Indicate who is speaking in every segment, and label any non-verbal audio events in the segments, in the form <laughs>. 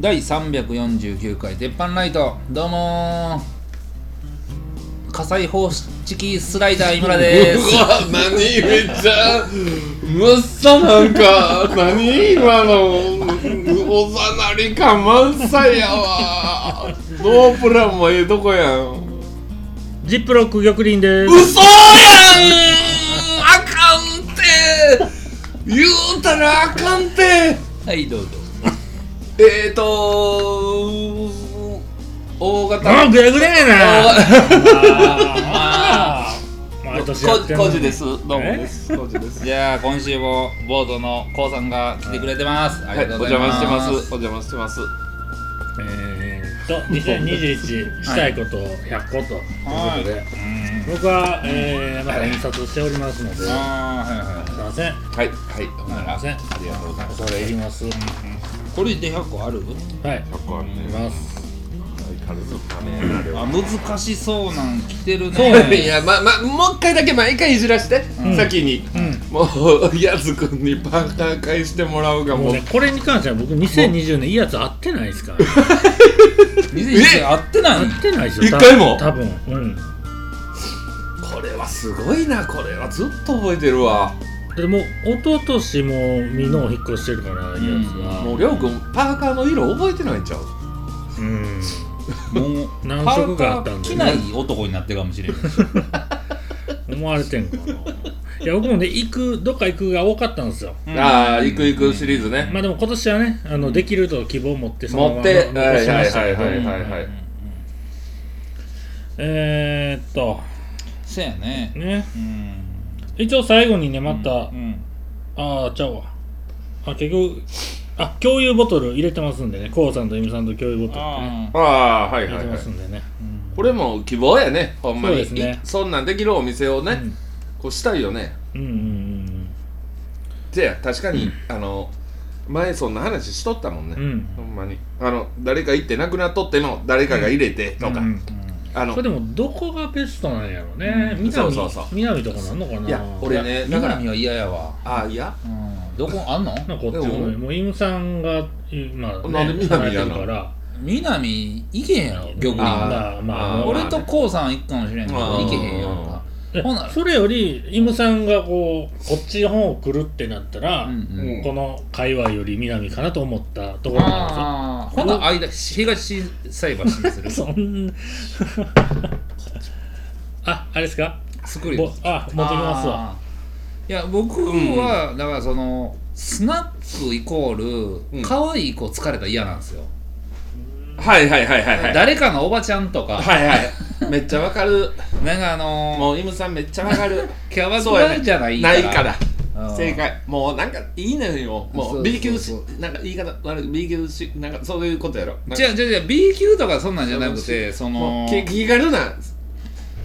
Speaker 1: 第349回鉄板ライトどうもー火災報知器スライダー井村で
Speaker 2: う <laughs>
Speaker 1: す
Speaker 2: わ何めっちゃむっさなんか何今のうおざなり感満載やわノープランもええとこやん
Speaker 3: ジップロック玉林で
Speaker 2: 嘘
Speaker 3: す。
Speaker 2: やんあかんて言うたらあかんて
Speaker 1: はいどうぞ
Speaker 2: えーと大型
Speaker 3: もうぐれぐれやな。
Speaker 2: <laughs>
Speaker 1: あ
Speaker 3: 毎年やってんの
Speaker 2: コ
Speaker 3: に
Speaker 2: ジですどうもですコジです
Speaker 1: ーじゃあ今週もボードのコウさんが来てくれてます、
Speaker 2: は
Speaker 1: あ
Speaker 2: い
Speaker 1: りがとう
Speaker 2: お
Speaker 1: ござ
Speaker 2: 邪
Speaker 1: いま
Speaker 2: 魔し
Speaker 1: す
Speaker 2: てますお邪魔してます
Speaker 3: えーっと、2021したいことを100個ということで、
Speaker 1: うん
Speaker 3: 僕は、えー、まだ印刷しておりますので、すい
Speaker 1: あーはいはい
Speaker 3: ません。
Speaker 2: はいはいおなら
Speaker 3: すいません
Speaker 2: ありがとうございます
Speaker 3: 恐れ入ります。は
Speaker 1: これで100個ある
Speaker 3: い。
Speaker 2: かっこ悪い
Speaker 3: い
Speaker 2: ね
Speaker 3: ます。
Speaker 1: あ難しそうなん来てるね
Speaker 2: <laughs> いやままもう一回だけ毎回いじらして、
Speaker 1: ん
Speaker 2: 先に、もうやずくんにパーカー返してもらうが
Speaker 3: も
Speaker 2: も
Speaker 3: う
Speaker 2: う
Speaker 3: ね、これに関しては僕2020年いいやつ合ってない
Speaker 2: <laughs>
Speaker 3: ですから。
Speaker 1: 2020合ってない
Speaker 3: 合ってないですよ。
Speaker 2: 一回も
Speaker 3: 多分。うん。だ
Speaker 2: これはすごいなこれはずっと覚えてるわ
Speaker 3: ってもう一昨年も美濃を引っ越してるから、いいやつ
Speaker 2: も
Speaker 3: は。
Speaker 2: うりょうくんパーカーの色覚えてないんちゃう
Speaker 3: うん。
Speaker 1: もう
Speaker 3: 何色があったんだ
Speaker 1: 着
Speaker 3: よ
Speaker 1: な
Speaker 3: ね
Speaker 1: い男になってるかもしれない
Speaker 3: 思われてんかないや僕もね行くどっか行くが多かったんですよ
Speaker 2: <laughs> ああ「いくいく」シリーズね、
Speaker 3: まあでも今年はねあのできると希望を持ってそのま
Speaker 2: 持
Speaker 3: ま
Speaker 2: っては
Speaker 3: 残
Speaker 2: い
Speaker 3: し
Speaker 2: は
Speaker 3: ま
Speaker 2: い
Speaker 3: し
Speaker 2: は
Speaker 3: た
Speaker 2: い
Speaker 3: けど
Speaker 2: はいはいはい、
Speaker 3: えー、っと
Speaker 1: そうやね
Speaker 3: ね
Speaker 1: うん
Speaker 3: 一応最後にねまた、
Speaker 1: うん
Speaker 3: ああちゃうわあ結局あ共有ボトル入れてますんでねこうさんとゆみさんと共有ボトルってね
Speaker 1: あ
Speaker 2: ああはいは
Speaker 3: 入れ
Speaker 2: い
Speaker 3: て
Speaker 2: は
Speaker 3: ま
Speaker 2: い
Speaker 3: すんでね、
Speaker 2: これも希望やねほんまに
Speaker 3: そうですね
Speaker 2: いそんなんできるお店をね、こうしたいよね
Speaker 3: うんうん
Speaker 2: じゃあ確かに、あの前そんな話しとったもんね、
Speaker 3: うんうんうん
Speaker 2: ほんまにあの誰か行ってなくなっとっても誰かが入れてとか、
Speaker 3: うん
Speaker 2: あの
Speaker 3: これでもどこがベストなんやろうね、
Speaker 1: う
Speaker 3: 南
Speaker 2: そうそうそう
Speaker 3: 南とかなんのかない
Speaker 2: や
Speaker 1: う
Speaker 2: 俺
Speaker 1: ん
Speaker 2: ね
Speaker 1: いや
Speaker 2: だから
Speaker 1: 南は嫌やわ
Speaker 2: あいや
Speaker 1: うんどこあんの
Speaker 3: なんかこっち
Speaker 2: で
Speaker 3: も
Speaker 2: も
Speaker 3: ねもうイムさんが今、ま
Speaker 2: な
Speaker 3: あ
Speaker 2: んで
Speaker 3: ね、
Speaker 2: 南や
Speaker 3: る
Speaker 2: の
Speaker 3: から
Speaker 1: 南行けへんやろ玉林
Speaker 3: まあまあ
Speaker 2: あー
Speaker 1: 俺とこうさん行くかもしれんけど
Speaker 2: あー
Speaker 1: 行けへんやんか
Speaker 3: で
Speaker 1: ほな
Speaker 3: それよりイムさんがこうこっちの方来るってなったら、
Speaker 1: うんうん
Speaker 3: この界隈より南かなと思ったところなん
Speaker 1: ああほな間東菜橋にする
Speaker 3: ですよそんな <laughs> ああれですか
Speaker 1: 作る
Speaker 3: ぼ
Speaker 1: よ
Speaker 3: あ持ってきますわ
Speaker 1: あーいや僕はだからそのスナップイコー
Speaker 2: う
Speaker 1: ル
Speaker 2: ん
Speaker 1: 可愛い子疲れたら嫌なんですよ
Speaker 2: はいはいはいはいはい
Speaker 1: 誰かのおばちゃんとか
Speaker 2: はいはいめっちゃわかる
Speaker 1: なんかあの
Speaker 2: もうイムさんめっちゃ
Speaker 1: <laughs>
Speaker 2: わかる
Speaker 1: ーキャバク
Speaker 2: そうや
Speaker 1: ラ
Speaker 2: ね
Speaker 1: じゃない
Speaker 2: ないから
Speaker 1: うん
Speaker 2: 正解もうなんかいいのよ
Speaker 1: そう
Speaker 2: も
Speaker 1: そうう
Speaker 2: B 級し
Speaker 1: そう
Speaker 2: なんか言い方悪い B 級しなんかそういうことやろなんか
Speaker 1: じゃあじゃあじゃあ B 級とかそんなんじゃなくてそ
Speaker 2: も
Speaker 1: の
Speaker 2: う気気軽な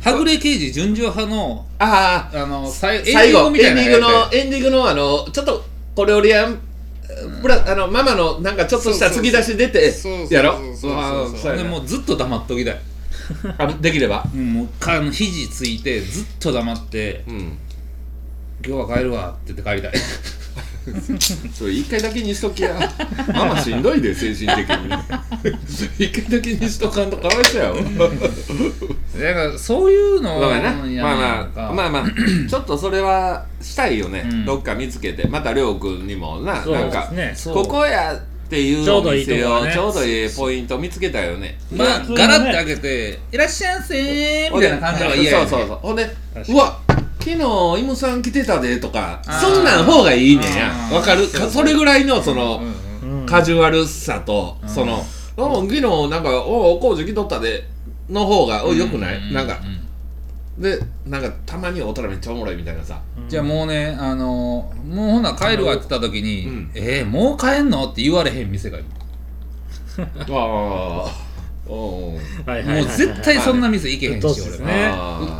Speaker 1: はぐれ刑事純情派の
Speaker 2: ああ
Speaker 1: あのさいエンディ
Speaker 2: 最
Speaker 1: ン
Speaker 2: 後
Speaker 1: グみた
Speaker 2: エ
Speaker 1: い
Speaker 2: ン
Speaker 1: な
Speaker 2: ディン
Speaker 1: やつ
Speaker 2: グ
Speaker 1: や
Speaker 2: のエンディングのあのちょっとコレオリアンプラあのママのなんかちょっとした突き出し出て
Speaker 1: そうそうそう
Speaker 2: やろ
Speaker 1: そう
Speaker 2: あ
Speaker 1: そ
Speaker 2: ー
Speaker 1: う
Speaker 2: そ
Speaker 1: そううで
Speaker 2: やな
Speaker 1: もうずっと黙っときたい
Speaker 2: あできれば
Speaker 1: うんもうか肘ついてずっと黙って
Speaker 2: うん
Speaker 1: 今日は帰るわって言って帰りたい <laughs>
Speaker 2: それ一回だけにしときや <laughs> ママしんどいで精神的に
Speaker 1: <laughs>
Speaker 2: 一回だけにしとかんとかわいそうやわ
Speaker 1: だからそういうの
Speaker 2: まあな
Speaker 1: 嫌ん
Speaker 2: まあまあ
Speaker 1: か
Speaker 2: ま
Speaker 1: <clears throat>
Speaker 2: あまあちょっとそれはしたいよね、
Speaker 1: うん
Speaker 2: どっか見つけてまたりょうくんにもな
Speaker 3: そう
Speaker 2: なん
Speaker 3: で
Speaker 2: か
Speaker 3: すね
Speaker 1: そう
Speaker 2: ここやっていう
Speaker 3: ちょ
Speaker 2: お
Speaker 3: うどいいとこ
Speaker 2: 店を
Speaker 3: ね
Speaker 2: ちょうどいいポイント見つけたよね
Speaker 1: まあ、
Speaker 3: 普通の
Speaker 1: ガ
Speaker 3: ね
Speaker 1: ラッて開けて、いらっしゃいませーみたいな感じのが嫌や、ね、
Speaker 2: そうそうそうほんで
Speaker 3: 確か
Speaker 2: う
Speaker 3: に
Speaker 2: わ昨日イムさん来てたでとか
Speaker 1: あー
Speaker 2: そんなん方がいいねんや
Speaker 1: あー
Speaker 2: わかる
Speaker 1: そうそう
Speaker 2: それぐらいのその、
Speaker 1: うんうん
Speaker 3: うん
Speaker 2: カジュアルさと、
Speaker 1: うん
Speaker 2: その「あ昨日なんかおお工事来とったで」の方がおよくない、
Speaker 1: う
Speaker 2: なんか
Speaker 1: う
Speaker 2: でなんかたまにおったらめっちゃおもろいみたいな
Speaker 1: <laughs>
Speaker 2: さ
Speaker 3: うん
Speaker 1: じゃあもうね、あのーもうほな帰るわって言った時に、
Speaker 2: うん
Speaker 1: えー、もう帰んのって言われへん店がいる。
Speaker 2: ああおう
Speaker 3: はいはい
Speaker 1: も
Speaker 3: は
Speaker 1: う
Speaker 3: い
Speaker 1: 絶対そんな店行けへん
Speaker 3: はい
Speaker 1: し、
Speaker 3: はい
Speaker 1: 俺
Speaker 3: ね
Speaker 1: は。う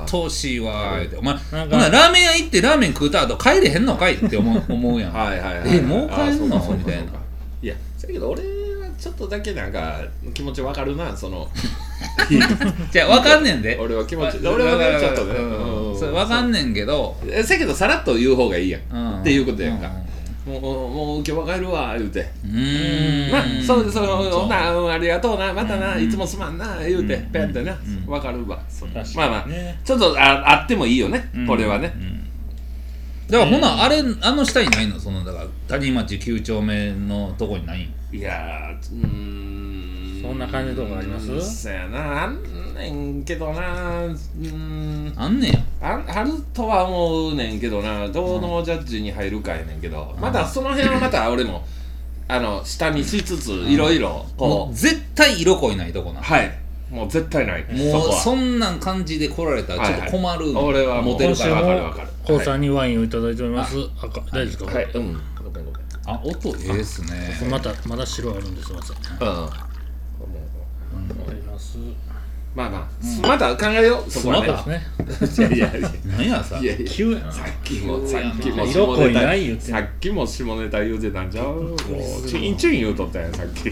Speaker 2: あ
Speaker 1: っ
Speaker 2: ー
Speaker 1: とうしいわーって。お前、ほ
Speaker 3: なんか
Speaker 1: なラーメン屋行ってラーメン食うた後帰れへんのかいって思う思うやん。
Speaker 2: <laughs> はいはいはい
Speaker 1: えもう帰んの
Speaker 2: あーそうかそうかそうか
Speaker 1: みたいな
Speaker 2: やだけど俺はちょっとだけなんか気持ちわかるなその
Speaker 1: じゃあ、わかんねんで。
Speaker 2: 俺は気持ち
Speaker 1: わ
Speaker 2: 俺はね
Speaker 1: わ
Speaker 2: ち
Speaker 1: か
Speaker 2: ょっ
Speaker 1: る
Speaker 2: とね
Speaker 1: うん
Speaker 2: うん
Speaker 1: それわかんねんけど、
Speaker 2: えせやけどさらっと言う方がいいやん、
Speaker 1: うん
Speaker 2: っていうことやんか、
Speaker 1: うん
Speaker 2: もうもう今日は帰るわ言うて
Speaker 1: うーん
Speaker 2: なそうそう
Speaker 1: そう
Speaker 2: なうんありがとうなまたないつもすまんな言うて
Speaker 1: うん
Speaker 2: ペンってな
Speaker 1: うん
Speaker 2: わかるわそう
Speaker 3: 確
Speaker 2: まあ
Speaker 3: か
Speaker 2: まあ
Speaker 3: にね
Speaker 2: ちょっとああってもいいよね
Speaker 1: うん
Speaker 2: これはね
Speaker 1: うんだからほな、あれあの下にないのそのだから谷町9丁目のとこにないん
Speaker 2: いやーうーん
Speaker 3: そんな感じのとこあります
Speaker 2: うんそやなあんねんけどなうん
Speaker 1: あんねや
Speaker 2: あんあるとは思うねんけどなどのジャッジに入るかやねんけど、またその辺はまた俺もあの下見しつついろいろ
Speaker 1: も
Speaker 2: こ
Speaker 1: う
Speaker 2: う、
Speaker 1: 絶対色濃いないとこな
Speaker 2: はいもう絶対ない
Speaker 1: もう
Speaker 2: こ
Speaker 1: そんなん感じで来られたらちょっと困る、
Speaker 2: はいはい俺はもう
Speaker 1: モテ
Speaker 2: 出
Speaker 1: る
Speaker 3: 今
Speaker 1: か
Speaker 3: 週
Speaker 1: ら
Speaker 2: わかる
Speaker 3: も
Speaker 2: わかる
Speaker 3: コウさんにワインをいただいております、赤大丈夫ですか、
Speaker 2: はいうんごめんごめん
Speaker 1: あ音ええっすね
Speaker 3: またまだ白あるんですいませんあ
Speaker 2: うん
Speaker 3: ります
Speaker 2: まあまあ、また考えようそこはね
Speaker 1: ま
Speaker 3: ですね
Speaker 2: いやいやいや
Speaker 1: なんやさ
Speaker 2: いやいや
Speaker 3: 急やな
Speaker 2: さっきもさっきも
Speaker 3: 色
Speaker 2: 下
Speaker 3: 濃い
Speaker 2: ネタ
Speaker 3: ない言ってん
Speaker 2: さ
Speaker 3: の
Speaker 2: っきも下ネタ言うてたんちゃうもうチンチン言うとったやんさっき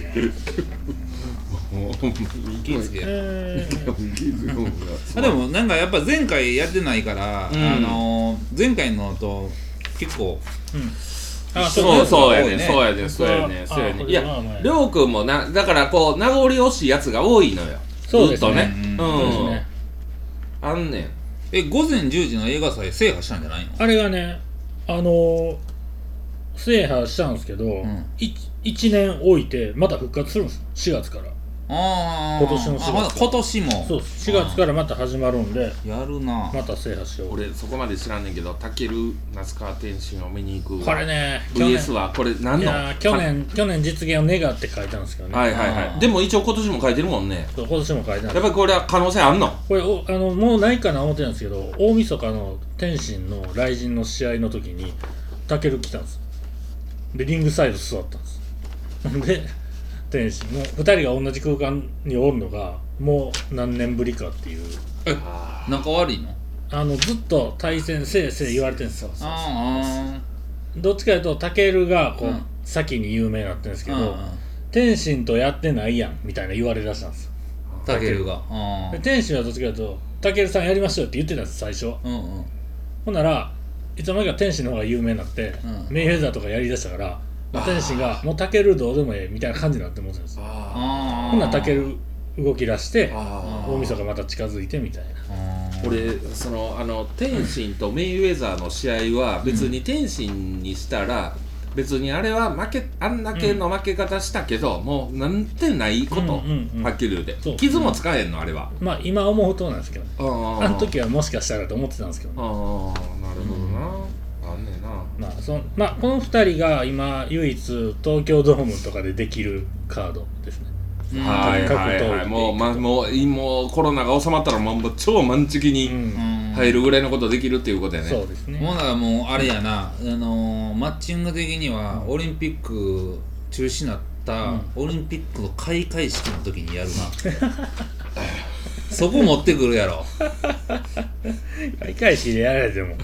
Speaker 2: もうほんまに
Speaker 1: 気ぃつけや
Speaker 3: えー
Speaker 1: あでもなんかやっぱ前回やってないから、
Speaker 2: ん
Speaker 1: あのー前回のと結構
Speaker 3: あ
Speaker 2: そうそうやね
Speaker 1: 多いね
Speaker 2: そうやねそうやね
Speaker 3: あ
Speaker 2: そうやね
Speaker 3: こ
Speaker 2: い
Speaker 3: れはまあまあ
Speaker 2: やりょうくんもなだからこう名残惜しいやつが多いのよ
Speaker 3: そうですね
Speaker 2: ずっと
Speaker 1: うん
Speaker 3: そうです
Speaker 2: うん
Speaker 3: ね
Speaker 2: あんねん
Speaker 1: え午前10時の映画祭制覇したんじゃないの
Speaker 3: あれがねあのー制覇したんですけど、
Speaker 1: ん
Speaker 3: い一 1, 年置いてまた復活するんです4月から
Speaker 1: あー
Speaker 3: 今年の四月
Speaker 1: あまだ今年も
Speaker 3: そうです4月からまた始まるんで
Speaker 1: やるな、
Speaker 3: また制覇しよう
Speaker 2: 俺そこまで知らんねんけどたける那須川天心を見に行く
Speaker 3: これね去年
Speaker 2: VS はこれ何
Speaker 3: い
Speaker 2: の
Speaker 3: やー去年去年実現を願って書いたんですけどね、
Speaker 2: はいはいは
Speaker 1: あー
Speaker 2: いでも一応今年も書いてるもんね
Speaker 3: そう今年も書いたん
Speaker 2: や
Speaker 3: で
Speaker 2: っ
Speaker 3: す
Speaker 2: ぱりこれは可能性あんの
Speaker 3: これおあのもうないかな思ってたんですけど大晦日の天心の雷神の試合の時にタケル来たんですでリングサイド座ったんです <laughs> ほんで天心の2人が同じ空間におるのがもう何年ぶりかっていう
Speaker 1: 仲悪いの
Speaker 3: あのずっと対戦せいせい言われてるんですよ
Speaker 1: あ
Speaker 3: どっちかというとタケルがこう、
Speaker 1: うん
Speaker 3: 先に有名になってるんです
Speaker 1: ー
Speaker 3: け
Speaker 1: あ
Speaker 3: ど、
Speaker 1: ー
Speaker 3: 天心とやってないやんみたいな言われだしたんですよ
Speaker 1: うんたけるがあ
Speaker 3: で
Speaker 1: ー
Speaker 3: 天心はどっちかというと「タケルさんやりましょう」って言ってたんです最初
Speaker 1: うんうん
Speaker 3: ほんならいつの間にか天心の方が有名になって、
Speaker 1: うん
Speaker 3: メイウェザーとかやりだしたからもう天心が「もうタケルどうでもええ」みたいな感じになって思ってたんですよ
Speaker 1: あー
Speaker 3: ほんならタケル動き出して
Speaker 2: あ
Speaker 3: 大晦日また近づいてみたい
Speaker 1: あ
Speaker 3: な
Speaker 1: ー
Speaker 2: 俺そのあの天心とメイウェザーの試合は別に天心にしたら、別にあれは負けあんだけの負け方したけど、もうなんてないこと、
Speaker 3: うんうんうん
Speaker 2: はっきり言うて
Speaker 3: そう
Speaker 2: 傷もつかへんのあれは、
Speaker 3: まあ今思うとなんですけどね
Speaker 2: ああ
Speaker 3: あの時はもしかしたらと思ってたんですけど
Speaker 2: あ
Speaker 3: ね
Speaker 2: あなるほどな、あんねんな
Speaker 3: まあそんまあ、この2人が今唯一東京ドームとかでできるカードですね
Speaker 1: うん
Speaker 2: はいはい
Speaker 3: 格
Speaker 2: は
Speaker 3: 闘
Speaker 2: い
Speaker 3: 技
Speaker 2: もう,、ま、もういもうコロナが収まったらもう超満席
Speaker 3: う、
Speaker 2: に
Speaker 1: うんん
Speaker 2: 入るぐらいのことできるっていうことやね、
Speaker 3: そうですね
Speaker 1: もうだからもうあれやな、あのーマッチング的にはオリンピック中止になった、オリンピックの開会式の時にやるな <laughs> そこ持ってくるやろ
Speaker 3: 開会式でやられても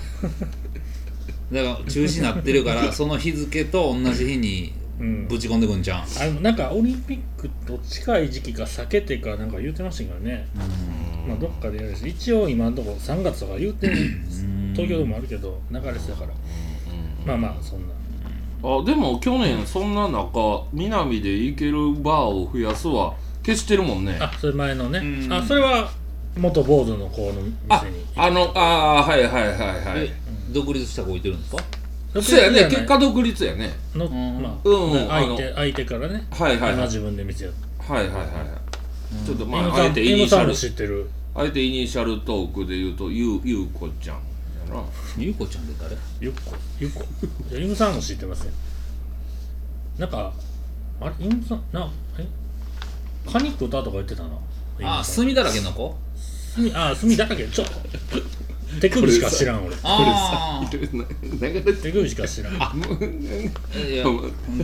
Speaker 1: だから中止になってる <laughs> からその日付と同じ日に
Speaker 3: うん
Speaker 1: ぶち込んでくんじゃん、
Speaker 3: あのなんかオリンピックと近い時期か避けてかなんか言うてましたけどね、まあ、どっかでやるし一応今のところ3月とか言うて東京でもあるけど流れてたからまあまあそんな
Speaker 2: あでも去年そんな中南で行けるバーを増やすは消してるもんね
Speaker 3: あそれ前のね
Speaker 1: うん
Speaker 3: あそれは元ボードの子の
Speaker 2: あ
Speaker 3: 店に
Speaker 2: あのああはいはいはいは
Speaker 1: え
Speaker 2: い
Speaker 1: 独立した子いてるんですか
Speaker 2: そうやね結果
Speaker 3: の、
Speaker 2: 独立やね
Speaker 1: うん
Speaker 3: まあ
Speaker 2: うんうん
Speaker 3: 相手相手からね、
Speaker 2: はいはい
Speaker 3: 今
Speaker 2: はい
Speaker 3: 自分で店やって
Speaker 2: はいはいはいはいちょっとま
Speaker 3: M
Speaker 2: ああ
Speaker 3: さ
Speaker 2: え
Speaker 3: ん
Speaker 2: てイニ
Speaker 3: M
Speaker 2: シ
Speaker 3: さ
Speaker 2: ャ
Speaker 3: んも
Speaker 2: ル
Speaker 3: 知ってる
Speaker 2: あえてイニシャルトークで言うとゆうゆうこちゃんやな <laughs>
Speaker 1: ゆうこちゃんで誰
Speaker 3: ゆっこゆっこいや M さんも知ってますよなんかあれ M さんなえカニ食うたとか言ってたな
Speaker 1: あ
Speaker 3: す
Speaker 1: 墨だらけの子
Speaker 3: みあ炭だらけ
Speaker 1: <laughs>
Speaker 3: ちょ手首しか知らん俺
Speaker 1: あ
Speaker 2: これさいろいろ流れて
Speaker 3: 手首しか知らんあ
Speaker 1: あいやど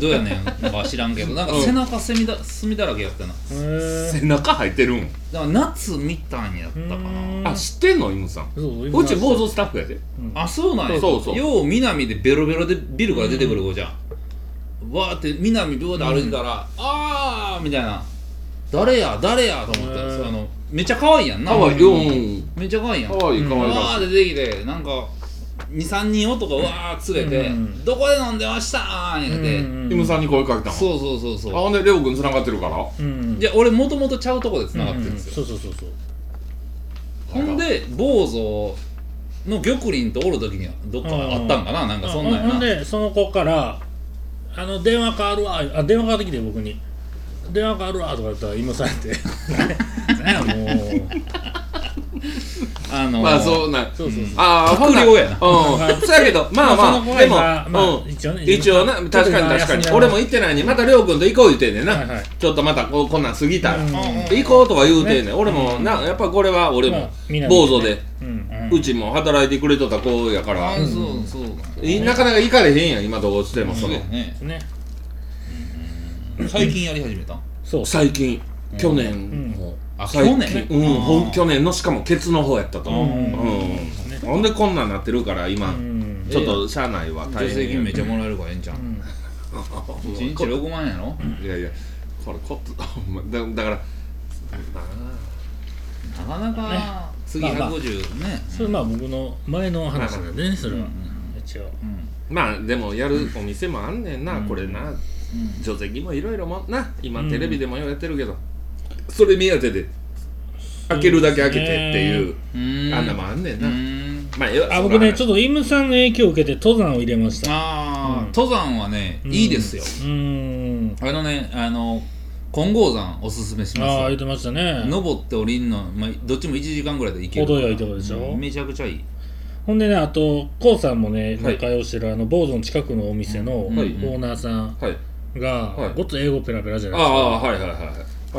Speaker 1: うやねんなんか知らんけどなんか背中墨だ墨だらけやったな
Speaker 3: へー
Speaker 2: 背中入ってるん
Speaker 1: だから夏見たんやったか
Speaker 3: う
Speaker 1: な
Speaker 3: ーん
Speaker 2: あ知ってんのイムさん
Speaker 3: そうそう
Speaker 2: うち坊主スタッフやで
Speaker 1: あそうなんや
Speaker 2: そうそう
Speaker 1: よう南でベロベロでビルから出てくる子じゃんわーって南ビューで歩いてたら、あーみたいな誰や誰やと思ったんです
Speaker 3: へー
Speaker 1: あのめっちゃ可愛いやんな
Speaker 2: かわいい
Speaker 1: ほ
Speaker 2: よ
Speaker 1: んまに
Speaker 2: ん
Speaker 1: めっちゃ可愛いやん
Speaker 2: かわいいかわいい
Speaker 1: わーって出てきてなんか23人男わー連れて、
Speaker 3: うん
Speaker 1: どこで飲んでましたー」言うて、
Speaker 2: イムさんに声かけたの
Speaker 1: そうそうそう
Speaker 2: あ
Speaker 1: そう
Speaker 2: ほんでレオ君つながってるから
Speaker 3: うん
Speaker 1: じゃあ俺もともとちゃうとこでつ
Speaker 3: う
Speaker 1: なが
Speaker 3: ん
Speaker 1: ってるんですよ、
Speaker 3: そうそうそうそう
Speaker 1: ほんで坊主の玉林とおる時にはどっかあったんかななんかそんなんや
Speaker 3: ほ
Speaker 1: な
Speaker 3: んでその子から「あの電話変わるわ」あ電話変わってきて僕に「電話変わるわ」とか言ったら今されて
Speaker 1: <laughs>
Speaker 3: 「何やもう
Speaker 1: あのー
Speaker 2: まあそうなん
Speaker 3: そうそうそう
Speaker 2: ああ
Speaker 1: 閣僚やな
Speaker 2: うんそうやけどまあ
Speaker 3: まあその
Speaker 2: ま
Speaker 3: 子
Speaker 2: あでも、
Speaker 3: が今まあ
Speaker 2: うん、
Speaker 3: 一応ね
Speaker 2: 一応な確かに確かに俺も行ってないねまた亮君と行こう言うてんねんな、
Speaker 3: はいはい
Speaker 2: ちょっとまたこうこんなん過ぎたら、
Speaker 3: うん
Speaker 2: 行こうとは言うてんね
Speaker 3: ね
Speaker 2: ん俺もなやっぱこれは俺も
Speaker 3: まあ
Speaker 2: 坊主で、
Speaker 3: うん
Speaker 1: うん
Speaker 2: うちも働いてくれとった子やから
Speaker 1: あ、そうそうなんや
Speaker 2: いなかなか行かれへんやん今どうしてもそ
Speaker 1: そう
Speaker 2: れ、
Speaker 1: ね
Speaker 3: ね
Speaker 1: 最近やり始めたん
Speaker 3: そう
Speaker 2: 最近去年
Speaker 3: ん
Speaker 2: も、
Speaker 1: あ
Speaker 2: 最近
Speaker 1: 去年
Speaker 2: うん、ほ
Speaker 1: あ
Speaker 2: ん
Speaker 1: ー
Speaker 2: 去年のしかもケツの方やったと思う、
Speaker 3: うん
Speaker 2: うんほんでこんなんなってるから今、
Speaker 3: うん
Speaker 2: ちょっと社内は
Speaker 1: 助
Speaker 2: 大
Speaker 1: 成金
Speaker 2: 変
Speaker 1: めっ
Speaker 2: <laughs> や
Speaker 1: ちゃもらえるからええんちゃん1日6万やろ
Speaker 2: いやいやこれこ <laughs> だだから
Speaker 1: なかなか次
Speaker 3: まあまあ
Speaker 1: 150ね
Speaker 3: それまあ僕の前の話なんでねそれは一応
Speaker 1: うん
Speaker 2: まあでもやるお店もあんねんな、
Speaker 3: うん
Speaker 2: これな
Speaker 1: うん
Speaker 2: 助成金もいろいろもな今
Speaker 3: うん
Speaker 2: テレビでもようやってるけど、それ目当てで開けるだけ開けてっていう
Speaker 1: うーん
Speaker 2: あんなもんあんねんな、
Speaker 1: うん
Speaker 2: まあええわ
Speaker 3: あ僕ねちょ
Speaker 2: っ
Speaker 3: っとイムさんの影響を受けて登山を入れました
Speaker 1: あ
Speaker 3: うん
Speaker 1: あ登山はねいいですよ
Speaker 3: うん
Speaker 1: あのねあの金剛山おすすめし
Speaker 3: ああ
Speaker 1: ま
Speaker 3: 言
Speaker 1: す
Speaker 3: ってましたね
Speaker 1: 登って降りんのまあどっちも1時間ぐらいで行ける
Speaker 3: 程よいとこでしょ
Speaker 1: うんめちゃくちゃいい
Speaker 3: ほんでねあとこうさんもね
Speaker 2: はい
Speaker 3: 仲良してるあの坊主の近くのお店のオ
Speaker 1: うんはい
Speaker 3: ーナーさん
Speaker 2: はいは
Speaker 3: が
Speaker 2: い
Speaker 3: ごっつ英語ペラペラじゃ
Speaker 2: あ
Speaker 3: ないですか
Speaker 2: あはいはいはいは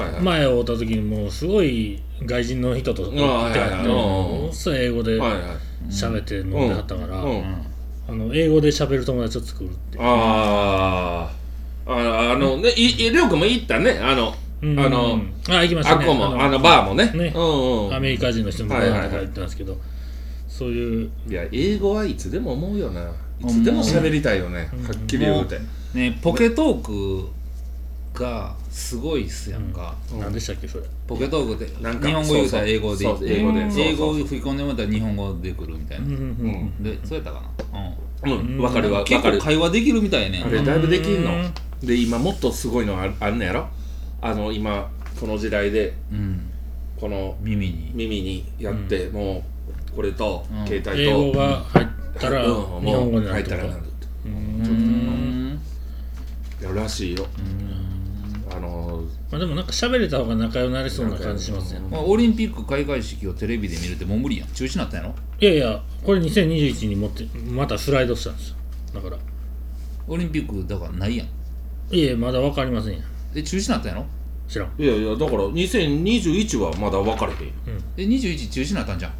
Speaker 2: いはい
Speaker 3: 前を会った時にもうすごい外人の人と会ってはって
Speaker 2: ああはいはいはい
Speaker 3: ものすごい英語で
Speaker 2: はいはい
Speaker 3: 喋って飲んではったから、
Speaker 2: うん
Speaker 1: うん
Speaker 3: あの英語で喋る友達を作るって
Speaker 2: あーああのねいいりょうくんも行ったねあの、
Speaker 3: うん
Speaker 2: あの
Speaker 3: あ行きまし
Speaker 2: あ
Speaker 3: た
Speaker 2: っ
Speaker 3: ね
Speaker 2: こもあのバーもね
Speaker 3: ね
Speaker 2: うんうん
Speaker 3: アメリカ人の人もバーとか言ってたんですけど、そういう
Speaker 2: いや英語はいつでも思うよないつでも喋りたいよね
Speaker 3: うん
Speaker 2: はっきり言うて
Speaker 1: ねポケトークがすごいっすやんか、
Speaker 2: うん
Speaker 3: 何でしたっけそれ
Speaker 1: ポケトークで
Speaker 2: なんか
Speaker 1: 日本語言うたら英語で言って
Speaker 2: そうそう英語で
Speaker 1: うん
Speaker 2: そうそう
Speaker 1: 英語を吹き込んでもらったら日本語で来るみたいな、
Speaker 2: ん
Speaker 1: でそうやったかな、
Speaker 2: うんわかる
Speaker 1: う
Speaker 2: わ
Speaker 1: ん、
Speaker 2: わ
Speaker 1: 結
Speaker 2: か
Speaker 1: 構
Speaker 2: る
Speaker 1: 会話できるみたいね
Speaker 2: あれだいぶできんの
Speaker 3: うん
Speaker 2: で今もっとすごいのああんのやろあの今この時代で
Speaker 1: うん
Speaker 2: この
Speaker 1: 耳に
Speaker 2: 耳にやって、もうこれと
Speaker 1: うん
Speaker 2: 携帯と、
Speaker 3: 英語が入ったら日
Speaker 2: うんもう
Speaker 3: 本語にな
Speaker 2: 入
Speaker 3: る
Speaker 2: っ
Speaker 3: っ
Speaker 2: てた
Speaker 3: こ
Speaker 2: ら
Speaker 3: と
Speaker 2: なるって
Speaker 3: う
Speaker 1: うんん
Speaker 2: いやらしいよあの
Speaker 3: まあ、でもなんか喋れた方が仲良くなりそうな感じしますね
Speaker 1: まあ、オリンピック開会式をテレビで見るってもう無理やん中止になったんやろ
Speaker 3: いやいやこれ2021に持ってまたスライドしたんですよだから
Speaker 1: オリンピックだからないやん
Speaker 3: いえまだ分かりませんや
Speaker 1: で中止になったんやろ
Speaker 3: 知らん
Speaker 2: いやいやだから2021はまだ分かれてんよ
Speaker 1: で21中止になったんじゃん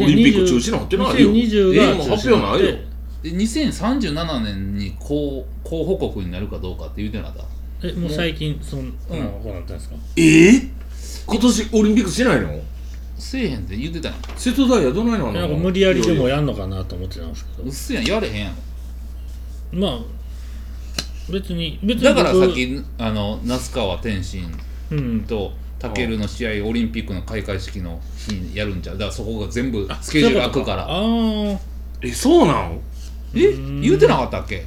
Speaker 2: オリンピック中止なんてないよ
Speaker 3: 2020
Speaker 2: え
Speaker 3: が
Speaker 2: えもう発表ないよ
Speaker 1: で2037年に候候補国になるかどうかって言うてなかった
Speaker 3: えもう最近そんな
Speaker 1: うん
Speaker 3: こうなったんですか
Speaker 2: ええ今年オリンピックしないの
Speaker 1: せえへんって言うてたやん
Speaker 2: 瀬戸大也どないなの
Speaker 3: なんか無理やりでもやんのかなと思ってたんですけ
Speaker 1: うっ
Speaker 3: ど
Speaker 1: せやんやれへんやん
Speaker 3: まあ別に別に
Speaker 1: だから
Speaker 3: 僕
Speaker 1: さっきあの那須川天心
Speaker 3: うん
Speaker 1: とタケルの試合オリンピックの開会式の日にやるんじゃうだからそこが全部スケジュール開くから
Speaker 3: あー
Speaker 2: えそうなん
Speaker 1: え
Speaker 3: ん
Speaker 1: 言うてなかったっけ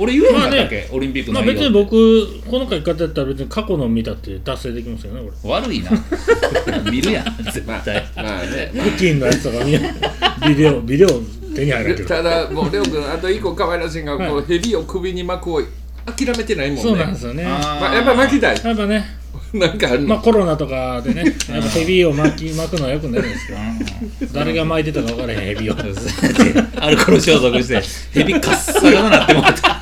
Speaker 1: 俺言えへんかったっけ、オリンピック
Speaker 3: ま
Speaker 1: の
Speaker 3: あ
Speaker 1: 内
Speaker 3: 別
Speaker 1: 容
Speaker 3: に僕この書き方やったら別に過去の見たって達成できますよねこれ
Speaker 1: 悪いな見るやん絶
Speaker 2: まあ
Speaker 1: 対
Speaker 2: まあね
Speaker 3: クッキンのやつとか見
Speaker 1: <laughs>
Speaker 3: ビデオビデオ手に入るけど
Speaker 2: ただもうレオ君あと一個可愛らしいのが、こうヘビを首に巻くを諦めてないもんね
Speaker 3: そうなんですよねや
Speaker 1: あー
Speaker 2: まあ、やっぱ巻きたい
Speaker 3: っぱね
Speaker 2: なんかあんの
Speaker 3: まあコロナとかでねやっぱヘビを巻き巻くのはよくないですけど誰が巻いてたか分からへんヘビ
Speaker 1: <laughs>
Speaker 3: を
Speaker 1: アルコール消毒してヘビカッサがなってもらった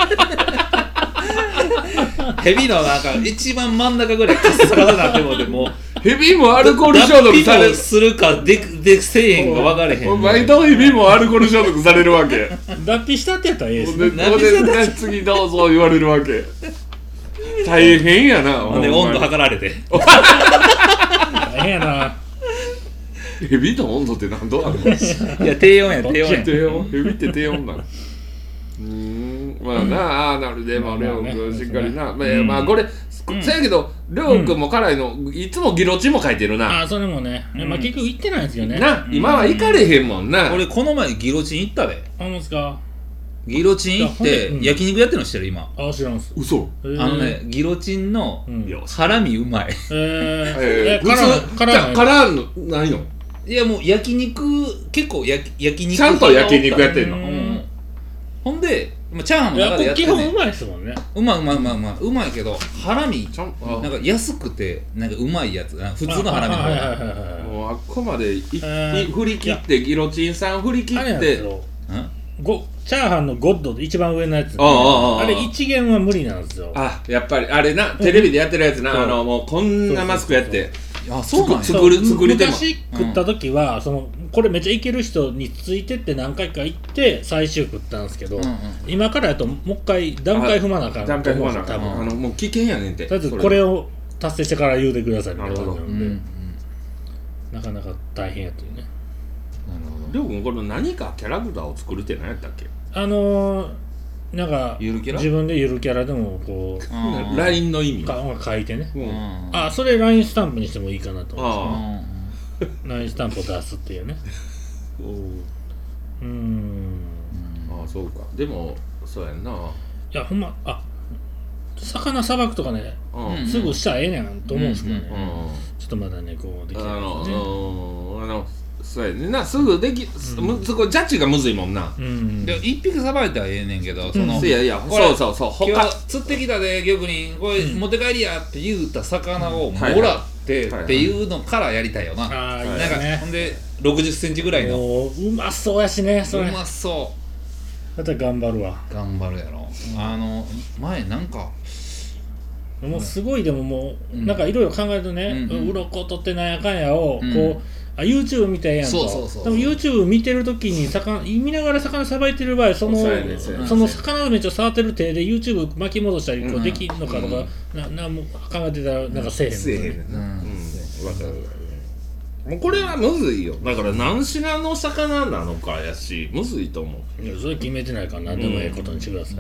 Speaker 1: ヘビのなんか一番真ん中ぐらいカッサがなってもらってもう
Speaker 2: ヘビもアルコール消毒さ
Speaker 1: 脱
Speaker 2: れ
Speaker 1: 皮もするかででせえへんか分かれへん
Speaker 2: お毎度ヘビもアルコール消毒されるわけ
Speaker 3: 脱皮したってやったらええで
Speaker 2: ほ
Speaker 3: す
Speaker 2: ん
Speaker 3: ね
Speaker 2: で
Speaker 1: 何
Speaker 2: ほんでね次どうぞ言われるわけ大変やな
Speaker 1: ほんで
Speaker 2: ほんま
Speaker 1: 温
Speaker 2: に
Speaker 1: 度測られて
Speaker 3: 大変やな
Speaker 2: ヘビの温度って何度なの低
Speaker 1: いや低温や
Speaker 3: 低温や
Speaker 2: 温ヘビって低温なのうーんまあなああなるでもレオ君しっかりな、まあ、まあこれ
Speaker 1: うん
Speaker 2: そやけどりょうくんも辛いのいつもギロチも書いてる
Speaker 3: あ
Speaker 2: な、
Speaker 3: あそれもね、
Speaker 1: うん
Speaker 3: まあ、結局行ってないんですよね
Speaker 2: な今は行かれへんもんな、
Speaker 1: 俺この前ギロチン行ったで
Speaker 3: あほんまですか
Speaker 1: ギロチン行っ
Speaker 3: いやほんでう
Speaker 1: て
Speaker 3: ん
Speaker 1: 焼肉やってるのしてる今
Speaker 3: ああ知らんっす
Speaker 2: 嘘
Speaker 3: あ
Speaker 1: あのねギロチンの
Speaker 3: うん
Speaker 2: よ
Speaker 1: ハラミうまい
Speaker 2: え
Speaker 3: えー、え
Speaker 2: ー、
Speaker 3: ー、辛い
Speaker 2: 普通
Speaker 3: 辛
Speaker 2: じゃあ
Speaker 3: い
Speaker 2: 辛いのないの
Speaker 1: いやもう焼肉結構焼き焼肉
Speaker 2: ちゃんと焼肉やってん
Speaker 1: う
Speaker 2: の
Speaker 1: んほんでまあチャーハン
Speaker 3: い
Speaker 1: の中
Speaker 3: や
Speaker 1: でやって
Speaker 3: 基
Speaker 1: ん
Speaker 3: 本
Speaker 1: ね
Speaker 3: うんまいですもんね
Speaker 1: うまいうまいうまいうまいうまいけどハラミ
Speaker 2: ちゃんあ
Speaker 1: なんか安くてなんかうまいやつな普通のハラミの
Speaker 3: あ
Speaker 1: 方
Speaker 3: はいはい
Speaker 1: が
Speaker 3: はいはい
Speaker 2: もうあっこまでい、い
Speaker 3: ー
Speaker 2: 振り切ってギロチンさん振り切
Speaker 3: あれ
Speaker 2: っ
Speaker 3: なんです
Speaker 2: て
Speaker 3: けど
Speaker 1: うん
Speaker 3: ごチャーハンのゴッドで一番上のやつ、
Speaker 2: ああああああ
Speaker 3: あれ一元は無理なんですよ
Speaker 2: あやっぱりあれなテレビでやってるやつな、
Speaker 3: うん
Speaker 2: あのもうこんなマスクやって
Speaker 1: あそうなんや
Speaker 2: つく作る
Speaker 3: そう
Speaker 2: 作り手も
Speaker 3: 昔食った時は、そのこれめっちゃいける人についてって何回か行って最終食ったんですけど、
Speaker 1: うんうん
Speaker 3: 今からやともう一回段階踏まなあかん
Speaker 2: 段階踏まなあか
Speaker 3: 多
Speaker 2: ん
Speaker 3: 分
Speaker 1: うん
Speaker 2: あのもう危険やねんて
Speaker 3: とりあえず
Speaker 2: そ
Speaker 3: これを達成してから言うてくださいみたいな感じな
Speaker 1: うんん
Speaker 3: で、
Speaker 1: うん
Speaker 3: なかなか大変やっていうね
Speaker 1: なるほど
Speaker 2: りょうくんこの何かキャラクターを作るって何やったっけ
Speaker 3: あのー、なんか
Speaker 1: ゆるキャラ
Speaker 3: 自分でゆるキャラでもこう
Speaker 1: うん
Speaker 2: LINE の意味
Speaker 3: か書いてね
Speaker 2: う
Speaker 1: うん
Speaker 2: ん
Speaker 3: あそれ LINE スタンプにしてもいいかなと思っ
Speaker 2: あ
Speaker 3: て
Speaker 2: あ
Speaker 1: う
Speaker 3: LINE スタンプを出すっていうね
Speaker 2: うん
Speaker 3: うーん
Speaker 1: ん
Speaker 2: ああそうかでもそうやんない
Speaker 3: やほんまあ魚さばくとかね
Speaker 2: うん、
Speaker 1: うん
Speaker 3: すぐしたらええねんと思うんですけどね、
Speaker 1: うん
Speaker 2: うん
Speaker 3: ちょっとまだねこうでき
Speaker 2: あ
Speaker 3: ない
Speaker 2: の、
Speaker 3: ですね
Speaker 2: うんあのそうやねんなすぐでき、むそこジャッジがむずいもんな、
Speaker 3: うん
Speaker 1: で一匹さばいたらええねんけどその
Speaker 2: いやいや
Speaker 1: これ
Speaker 2: そうそうそう
Speaker 1: 今
Speaker 2: 他
Speaker 1: 日釣ってきたで玉林これ持って帰りやって言うた魚をも
Speaker 2: はいはい
Speaker 1: らってっていうのからやりたいよななんか
Speaker 3: ああいい
Speaker 2: はい
Speaker 3: ね
Speaker 1: ほんで60センチぐらいの
Speaker 3: もううまそうやしねそうれ
Speaker 1: まそ
Speaker 3: また頑張るわ
Speaker 1: う頑張るやろあの前なんか
Speaker 3: もうすごいでもも
Speaker 1: う
Speaker 3: う、
Speaker 1: ん
Speaker 3: なんかいろいろ考えるとね、
Speaker 1: う
Speaker 3: うん
Speaker 1: うん
Speaker 3: 鱗取ってなんやかんやを、
Speaker 1: うん
Speaker 3: こうあ YouTube 見たらええやんと
Speaker 1: そうそうそう
Speaker 3: でも YouTube 見てる時に魚見ながら魚さばいてる場合その
Speaker 2: そうやねそうやね
Speaker 3: その魚のめっちゃ触ってる手で YouTube 巻き戻したりこ
Speaker 2: う
Speaker 3: うんできんのかとか、ななんも考えてたらなんかせえへん
Speaker 2: せえへんねんな
Speaker 1: う
Speaker 2: うん
Speaker 1: ん
Speaker 2: わかるもうこれはむずいよだから何品の魚なのかやしむずいと思う
Speaker 3: いやそれ決めてないから何でもええことにしてください、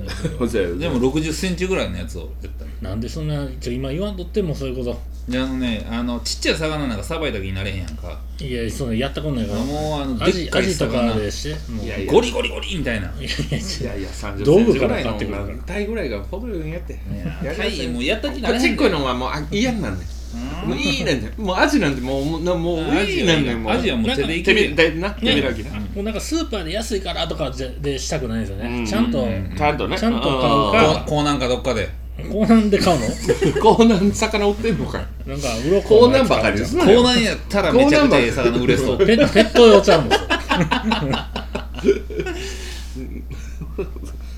Speaker 1: で
Speaker 2: で
Speaker 1: も60センチぐらいのやつをやった
Speaker 3: なんでそんなちょ今言わんとってもそういうこ
Speaker 1: であのねあのちっちゃい魚なんかさばいた気になれへんやんか
Speaker 3: といやそんなやったことないから
Speaker 1: もうあの
Speaker 3: ア
Speaker 1: でっ
Speaker 3: ジ
Speaker 1: か
Speaker 3: ア
Speaker 1: い
Speaker 3: ジとか
Speaker 1: 魚
Speaker 3: でしてもう
Speaker 2: いやいや
Speaker 1: ゴリゴリゴリみたいない
Speaker 3: やいや
Speaker 2: いやいや30
Speaker 3: 道具
Speaker 2: センチぐらいの
Speaker 3: から買ってくるから
Speaker 2: まあタイぐらいが程よいんやってやり
Speaker 1: タ
Speaker 2: やす
Speaker 1: イ
Speaker 2: い
Speaker 1: もうやった気にな
Speaker 2: こ
Speaker 1: れ
Speaker 2: っ
Speaker 1: へ
Speaker 2: ちっ
Speaker 1: ん
Speaker 2: こいのはもうあ嫌になんねんもういいなんねんもうアジなんてもうもうなもう
Speaker 1: ア
Speaker 2: い
Speaker 1: ジ
Speaker 2: いなんねんもう
Speaker 1: アジはもう手でいけ
Speaker 2: 手
Speaker 1: るや
Speaker 2: び
Speaker 1: ん
Speaker 2: だいな手
Speaker 3: ね
Speaker 2: 開きな
Speaker 3: もうなんかスーパーで安いからとかじゃでしたくないんですよね、
Speaker 2: うん
Speaker 3: ちゃんと、
Speaker 1: うんうん
Speaker 2: ちゃんとね
Speaker 3: ちゃんと買う
Speaker 1: こ
Speaker 3: か
Speaker 1: うこうなんかどっかで
Speaker 3: コーナンで買
Speaker 2: <laughs>
Speaker 3: うの
Speaker 2: こうなん魚売ってんのかい
Speaker 3: なんか鱗
Speaker 2: こうなんばかりです
Speaker 1: こうなんやったらめちゃくちゃええ魚売れそう
Speaker 3: ペペット用ちゃうんで
Speaker 2: <laughs>
Speaker 3: すよ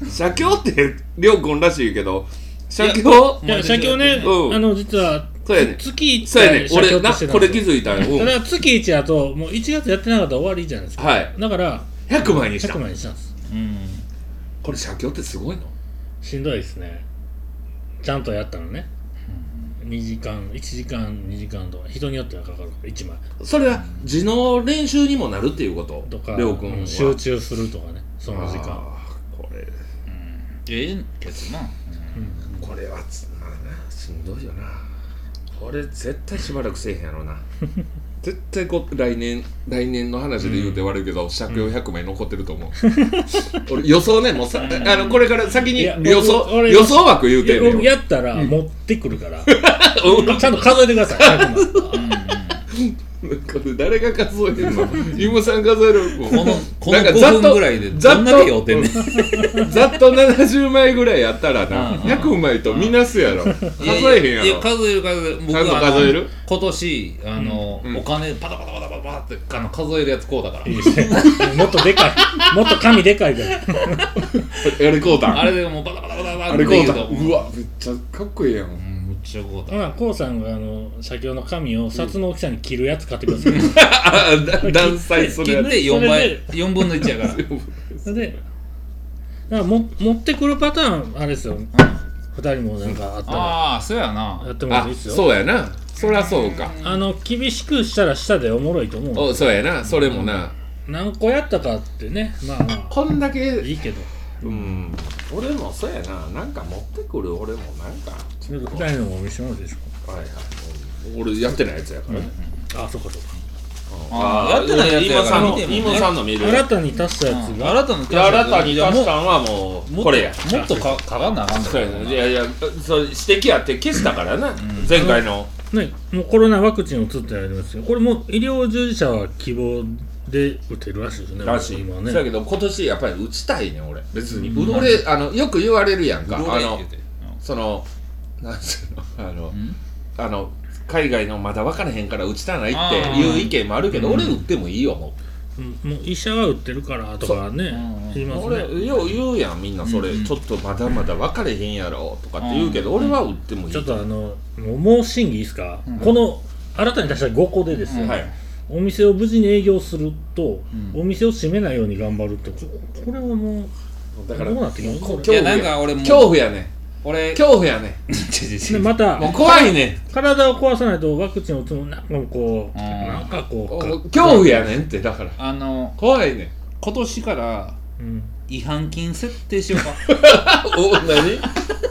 Speaker 2: 写経ってりょうくんらしいけど写経
Speaker 3: いや社協ね、
Speaker 2: うん
Speaker 3: あの実は
Speaker 2: そうやね
Speaker 3: つ月1
Speaker 2: そうやねん
Speaker 3: 社協
Speaker 2: 俺
Speaker 3: と
Speaker 2: な
Speaker 3: してた
Speaker 2: こ
Speaker 3: ん
Speaker 2: れ
Speaker 3: です
Speaker 2: 気
Speaker 3: よ
Speaker 2: づいたよ、うん
Speaker 3: ただ月1やともう1月やってなかったら終わりじゃないですか、
Speaker 2: はい
Speaker 3: だから
Speaker 2: 100万円にした
Speaker 3: 100万にしたんです
Speaker 1: うん
Speaker 2: これ写経ってすごいの
Speaker 3: しんどいですねちゃんとやったのね2時間1時間2時間とか人によってはかかるから1枚
Speaker 2: それは字の練習にもなるっていうこと
Speaker 3: とか
Speaker 2: りょうくんは
Speaker 3: うん集中するとかねその時間
Speaker 2: あーこれ
Speaker 1: ええけどな、
Speaker 2: これはつまあなしんどいよなこれ絶対しばらくせえへんやろ <laughs> な絶対こ来年来年の話で言うて悪いけど、借用100枚残ってると <laughs> 思う俺予想ねもうさあのこれから先に
Speaker 3: いや
Speaker 2: 予
Speaker 3: 僕
Speaker 2: 想
Speaker 3: 俺
Speaker 2: 予想枠言う
Speaker 3: いや
Speaker 2: てんねん
Speaker 3: 僕
Speaker 2: 俺
Speaker 3: やったら持ってく
Speaker 2: <laughs>
Speaker 3: るから、ちゃんと数えてください100万
Speaker 2: これ誰が数えるの
Speaker 1: <laughs>
Speaker 2: ゆむさん数えるこ
Speaker 1: このこの5分ぐらいで
Speaker 2: ざっ
Speaker 1: ど
Speaker 2: と
Speaker 1: んだけ酔ってんねん
Speaker 2: <laughs> ざっと70枚ぐらいやったらな
Speaker 1: うん
Speaker 2: 100枚とみなすやろ数えへん
Speaker 1: い
Speaker 2: や
Speaker 1: や
Speaker 2: ろ
Speaker 1: 数える数える僕
Speaker 2: ちゃんと
Speaker 1: あの
Speaker 2: 数える
Speaker 1: 今年あの、
Speaker 2: うん
Speaker 1: お金パタパタパタパタパタってあの数えるやつこうだから
Speaker 3: いいですね <laughs> もっとでかいもっと紙でかいから
Speaker 2: やれこうたん
Speaker 1: あれでもうパタパタパタパタ
Speaker 2: あ
Speaker 1: って
Speaker 2: れこ
Speaker 1: 言
Speaker 2: う
Speaker 1: う
Speaker 2: た
Speaker 1: と
Speaker 2: んうわめっちゃかっこいいやん
Speaker 1: うんむっちゃこうだ
Speaker 3: ほらこうさんがあの先ほどの紙を札の大きさに切るやつ買ってください
Speaker 2: あだ <laughs> 断裁する
Speaker 1: 切
Speaker 2: や
Speaker 1: っ
Speaker 2: つ
Speaker 1: て4
Speaker 3: それ
Speaker 1: 倍
Speaker 3: で
Speaker 1: 4分の1やから
Speaker 2: <laughs>
Speaker 3: それでだからも持ってくるパターンあれですよ2人もなんかあったら
Speaker 1: ああそうやな
Speaker 3: やってもらっ
Speaker 2: あ
Speaker 3: ていいですよ
Speaker 2: そうやなそりゃそうか
Speaker 3: あの厳しくしたらしたでおもろいと思う
Speaker 2: おそうやなそれもな
Speaker 3: 何個やったかってねまあまあ
Speaker 2: こんだけ
Speaker 3: いいけど
Speaker 2: うん俺もそうやななんか持ってくる俺もなんか
Speaker 3: それで二人のもお店もあるでしょ
Speaker 2: はいはい俺やってないやつやからね、
Speaker 3: あそうかそうか
Speaker 1: あーやってないやつやから
Speaker 2: 今さんの
Speaker 1: 見てもね
Speaker 2: 今さんの見る
Speaker 3: 新たに足したやつ
Speaker 1: うん
Speaker 3: が
Speaker 1: 新たな
Speaker 2: で新たに
Speaker 1: も
Speaker 2: 足したんはもう
Speaker 1: もっと
Speaker 2: これや
Speaker 1: もっとか書かなあかんだ
Speaker 2: そうやないやいやそれ指摘やって消したからな、
Speaker 1: ん
Speaker 2: 前回の
Speaker 3: ね、もうコロナワクチンを打つってやりますよ、これもう医療従事者は希望で打てるらしいですね、
Speaker 2: らしい、
Speaker 3: 今は
Speaker 2: そうや
Speaker 3: ね。
Speaker 2: けど今年やっぱり打ちたいね俺別に、
Speaker 3: うん
Speaker 2: 俺あのよく言われるやんかあ
Speaker 1: あの
Speaker 2: のそのなんつうのあの
Speaker 1: ん
Speaker 2: あの海外のまだ分からへんから打ちたないっていう意見もあるけど
Speaker 1: あー
Speaker 2: 俺打ってもいいよも、
Speaker 3: うんもう医者は打ってるからとかね
Speaker 1: そう、
Speaker 3: 言いうます
Speaker 2: 俺
Speaker 3: ね。
Speaker 2: よう言うやんみんなそれ、
Speaker 1: うん
Speaker 2: ちょっとまだまだ分かれへんやろとかって言うけど、俺は打ってもいい
Speaker 3: ちょっとあの、もうもう審議いいですか、
Speaker 1: うん
Speaker 3: この新たに出した5個でですよ、
Speaker 1: うん
Speaker 2: はい
Speaker 3: お店を無事に営業すると、
Speaker 1: うん
Speaker 3: お店を閉めないように頑張るって、ここれはもう、
Speaker 2: だから
Speaker 3: どうなってきます
Speaker 2: こ
Speaker 3: こ
Speaker 1: い
Speaker 2: 今
Speaker 1: や
Speaker 2: 日
Speaker 1: なんか俺も
Speaker 2: 恐怖やね
Speaker 1: 俺 <laughs>
Speaker 2: 恐怖やね
Speaker 3: れでまた
Speaker 2: もう怖いね
Speaker 3: 体を壊さないとワクチンを打つのも、なんかこう、
Speaker 1: うん
Speaker 3: なんかこう、
Speaker 2: 恐怖やねんってだから
Speaker 1: あの
Speaker 2: 怖いねん
Speaker 1: 今年から
Speaker 3: うん
Speaker 1: 違反金設定しようか
Speaker 2: <laughs> お何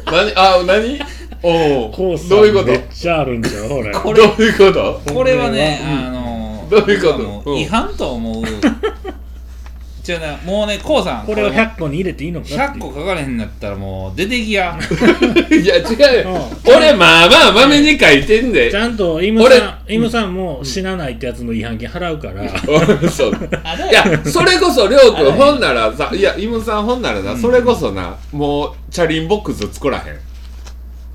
Speaker 2: 何あ何お
Speaker 3: コー
Speaker 2: お
Speaker 3: ス
Speaker 2: どういうこ
Speaker 3: めっちゃあるんだよ、ほら。
Speaker 2: とどういうこと
Speaker 1: これはね、
Speaker 3: うん
Speaker 1: あの
Speaker 2: どういうこと
Speaker 1: 僕はもう
Speaker 2: うん
Speaker 1: 違反と
Speaker 2: <laughs>
Speaker 1: 思うじゃあなもうねこうさん
Speaker 3: これを
Speaker 1: 100
Speaker 3: 100個に入れていいのかなっていう
Speaker 1: 個書かれへんなったらもう出てきや
Speaker 2: <laughs> いや違うよ
Speaker 3: うん
Speaker 2: 俺まあまあまめに書いてんで
Speaker 3: ちゃんとイムさんイムさんも死なないってやつの違反金払うから、
Speaker 2: <laughs> おそう
Speaker 1: あ
Speaker 2: いやそれこそりょうくんほんならさいやイムさんほんならなそれこそなもうチャリンボックス作らへん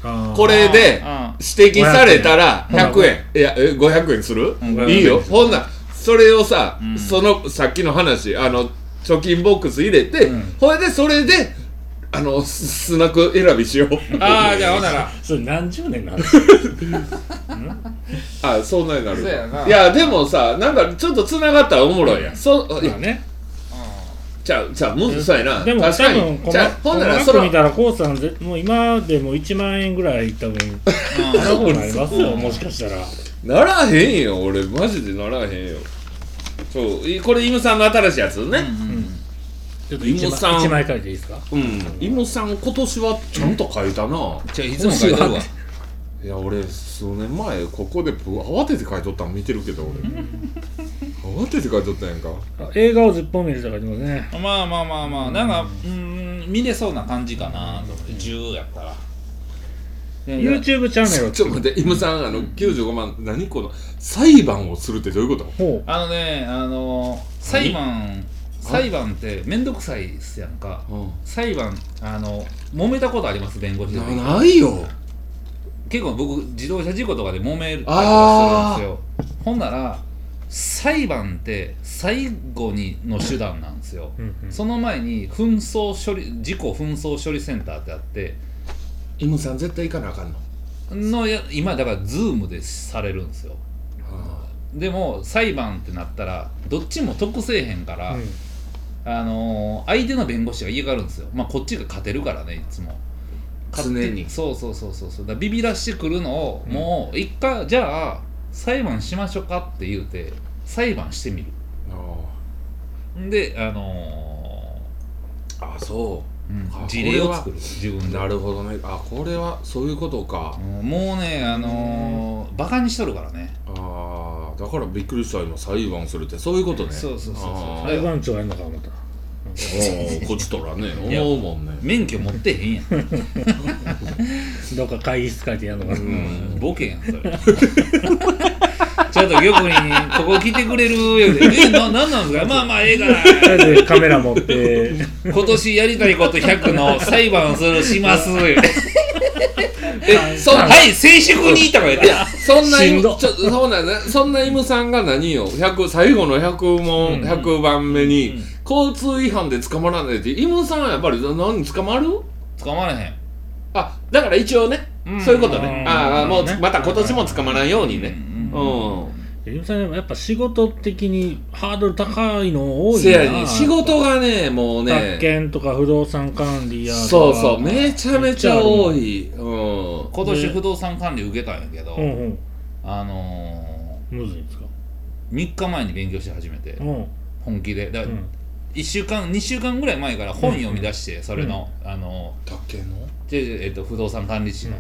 Speaker 3: あー
Speaker 2: これで
Speaker 1: あ
Speaker 2: 指摘されたら
Speaker 3: 500
Speaker 2: 100円いやえ500円する
Speaker 1: うん
Speaker 2: いいよ
Speaker 3: 500円
Speaker 2: ほんならそれをさ
Speaker 1: うん
Speaker 2: そのさっきの話あの貯金ボックス入れて
Speaker 3: うん
Speaker 2: ほいでそれであのススナック選びしよう
Speaker 1: あーじゃあほんなら
Speaker 3: それ何十年の話
Speaker 2: <laughs> あそうなんなる
Speaker 1: そうやない
Speaker 2: やでもさなんかちょっとつながったらおもろいやんそい
Speaker 3: まあ
Speaker 2: や
Speaker 3: ね
Speaker 2: ちゃうちゃうむずそうやな
Speaker 3: でも多
Speaker 2: 確か
Speaker 3: 分
Speaker 2: に
Speaker 3: こ
Speaker 2: じゃあ
Speaker 3: の
Speaker 2: ほ
Speaker 3: こ
Speaker 2: ん
Speaker 3: の
Speaker 2: なら
Speaker 3: 額
Speaker 2: その
Speaker 3: 見たらコウさんぜもう今でも1万円ぐらい多分払うことになりますよもしかしたら
Speaker 2: ならへんよ俺マジでならへんよそういこれイムさんの新しいやつね
Speaker 3: ちょっと
Speaker 2: イムさん
Speaker 3: 1枚借りていいですか
Speaker 2: うんイムさん今年はちゃんと書いたな
Speaker 1: じゃあいつも書いてるわ
Speaker 2: いや俺数年前ここでぶ慌てて書いとったの見てるけど俺慌てて書いとった <laughs> やんか
Speaker 3: あ映画を10本見るとかでもね
Speaker 1: まあまあまあまあなんかうん見れそうな感じかなと思って10やったら
Speaker 3: YouTube チャンネルを
Speaker 2: ちょっと待ってイムさんあの95万何この裁判をするってどういうこと
Speaker 3: ほ
Speaker 1: あのねあの裁判裁判って面倒くさいっすやんか
Speaker 2: う
Speaker 1: 裁判あの揉めたことあります弁護士と
Speaker 2: んなないよ
Speaker 1: 結構僕自動車事故とかで揉める
Speaker 2: あー
Speaker 1: するんですよほんなら裁判って最後にの手段なんですよ、
Speaker 3: う、うんうん
Speaker 1: その前に紛争処理事故紛争処理センターってあって
Speaker 2: イムさん絶対行かなあかんの
Speaker 1: のや今だからズームでされるんですよでも裁判ってなったらどっちも得せえへんから、
Speaker 3: うん
Speaker 1: あのー相手の弁護士が嫌がるんですよまあこっちが勝てるからねいつも
Speaker 2: 常
Speaker 1: 勝
Speaker 2: に
Speaker 1: 手そうそうそうそうそうだからビビらしてくるのを、もう一回じゃあ裁判しましょうかって言うて裁判してみるんであの
Speaker 2: ああそ
Speaker 1: ーう
Speaker 2: あ
Speaker 1: ん、事例
Speaker 2: これ
Speaker 1: を
Speaker 2: は
Speaker 1: 作る自
Speaker 2: う
Speaker 1: 分で
Speaker 2: なるほどねあこれはそういうことか
Speaker 1: うんもうねあのー、バカにしとるからね
Speaker 2: ああだからびっくりした今裁判するってそういうことね
Speaker 1: そうそうそうそう
Speaker 2: あ
Speaker 3: 裁判長やんのか思った
Speaker 2: ーおーこっちとらね
Speaker 1: いや
Speaker 2: 思うもんね
Speaker 1: 免許持ってへんやん、
Speaker 3: どっか会議室書いてやんのかな、
Speaker 1: うん、ボケやんそれ <laughs> ちょっと玉にここ来てくれるよえななんなんですかまあまあええから
Speaker 3: とりあえずカメラ持って
Speaker 1: 今年やりたいこと100の裁判するします
Speaker 2: <laughs> えそん
Speaker 1: はい、静粛にとか言って。
Speaker 2: そんな
Speaker 3: しん
Speaker 2: イ
Speaker 3: ど
Speaker 2: ムちょそうなんだそんなイムさんが何よ100最後の100問、
Speaker 3: うん
Speaker 2: 100番目に、
Speaker 1: うん
Speaker 2: 交通違反で捕まらないってイムさんはやっぱり何捕まる
Speaker 1: 捕まらへん。
Speaker 2: あだから一応ね、
Speaker 1: うん
Speaker 2: そういうこと
Speaker 3: う
Speaker 2: ね
Speaker 3: ん
Speaker 2: ああもう
Speaker 3: ね
Speaker 2: また今年も捕まらんように
Speaker 1: う
Speaker 2: ねうんん、
Speaker 3: ゆみさんでもやっぱ仕事的にハードル高いの多いな
Speaker 2: せやね仕事がねもう
Speaker 3: 宅
Speaker 2: ね
Speaker 3: 建とか不動産管理やと
Speaker 2: そう
Speaker 3: か
Speaker 2: そうめちゃめちゃ多いうん
Speaker 1: 今年不動産管理受けたんやけど、
Speaker 3: うんうん
Speaker 1: あの
Speaker 3: むずいんですか
Speaker 1: ー、3日前に勉強し始めて
Speaker 3: う、ん
Speaker 1: 本気で。だ
Speaker 3: うん
Speaker 1: 1週間2週間ぐらい前から本読み出して、それの,、あの
Speaker 2: 竹の
Speaker 1: でえっと、不動産管理士の、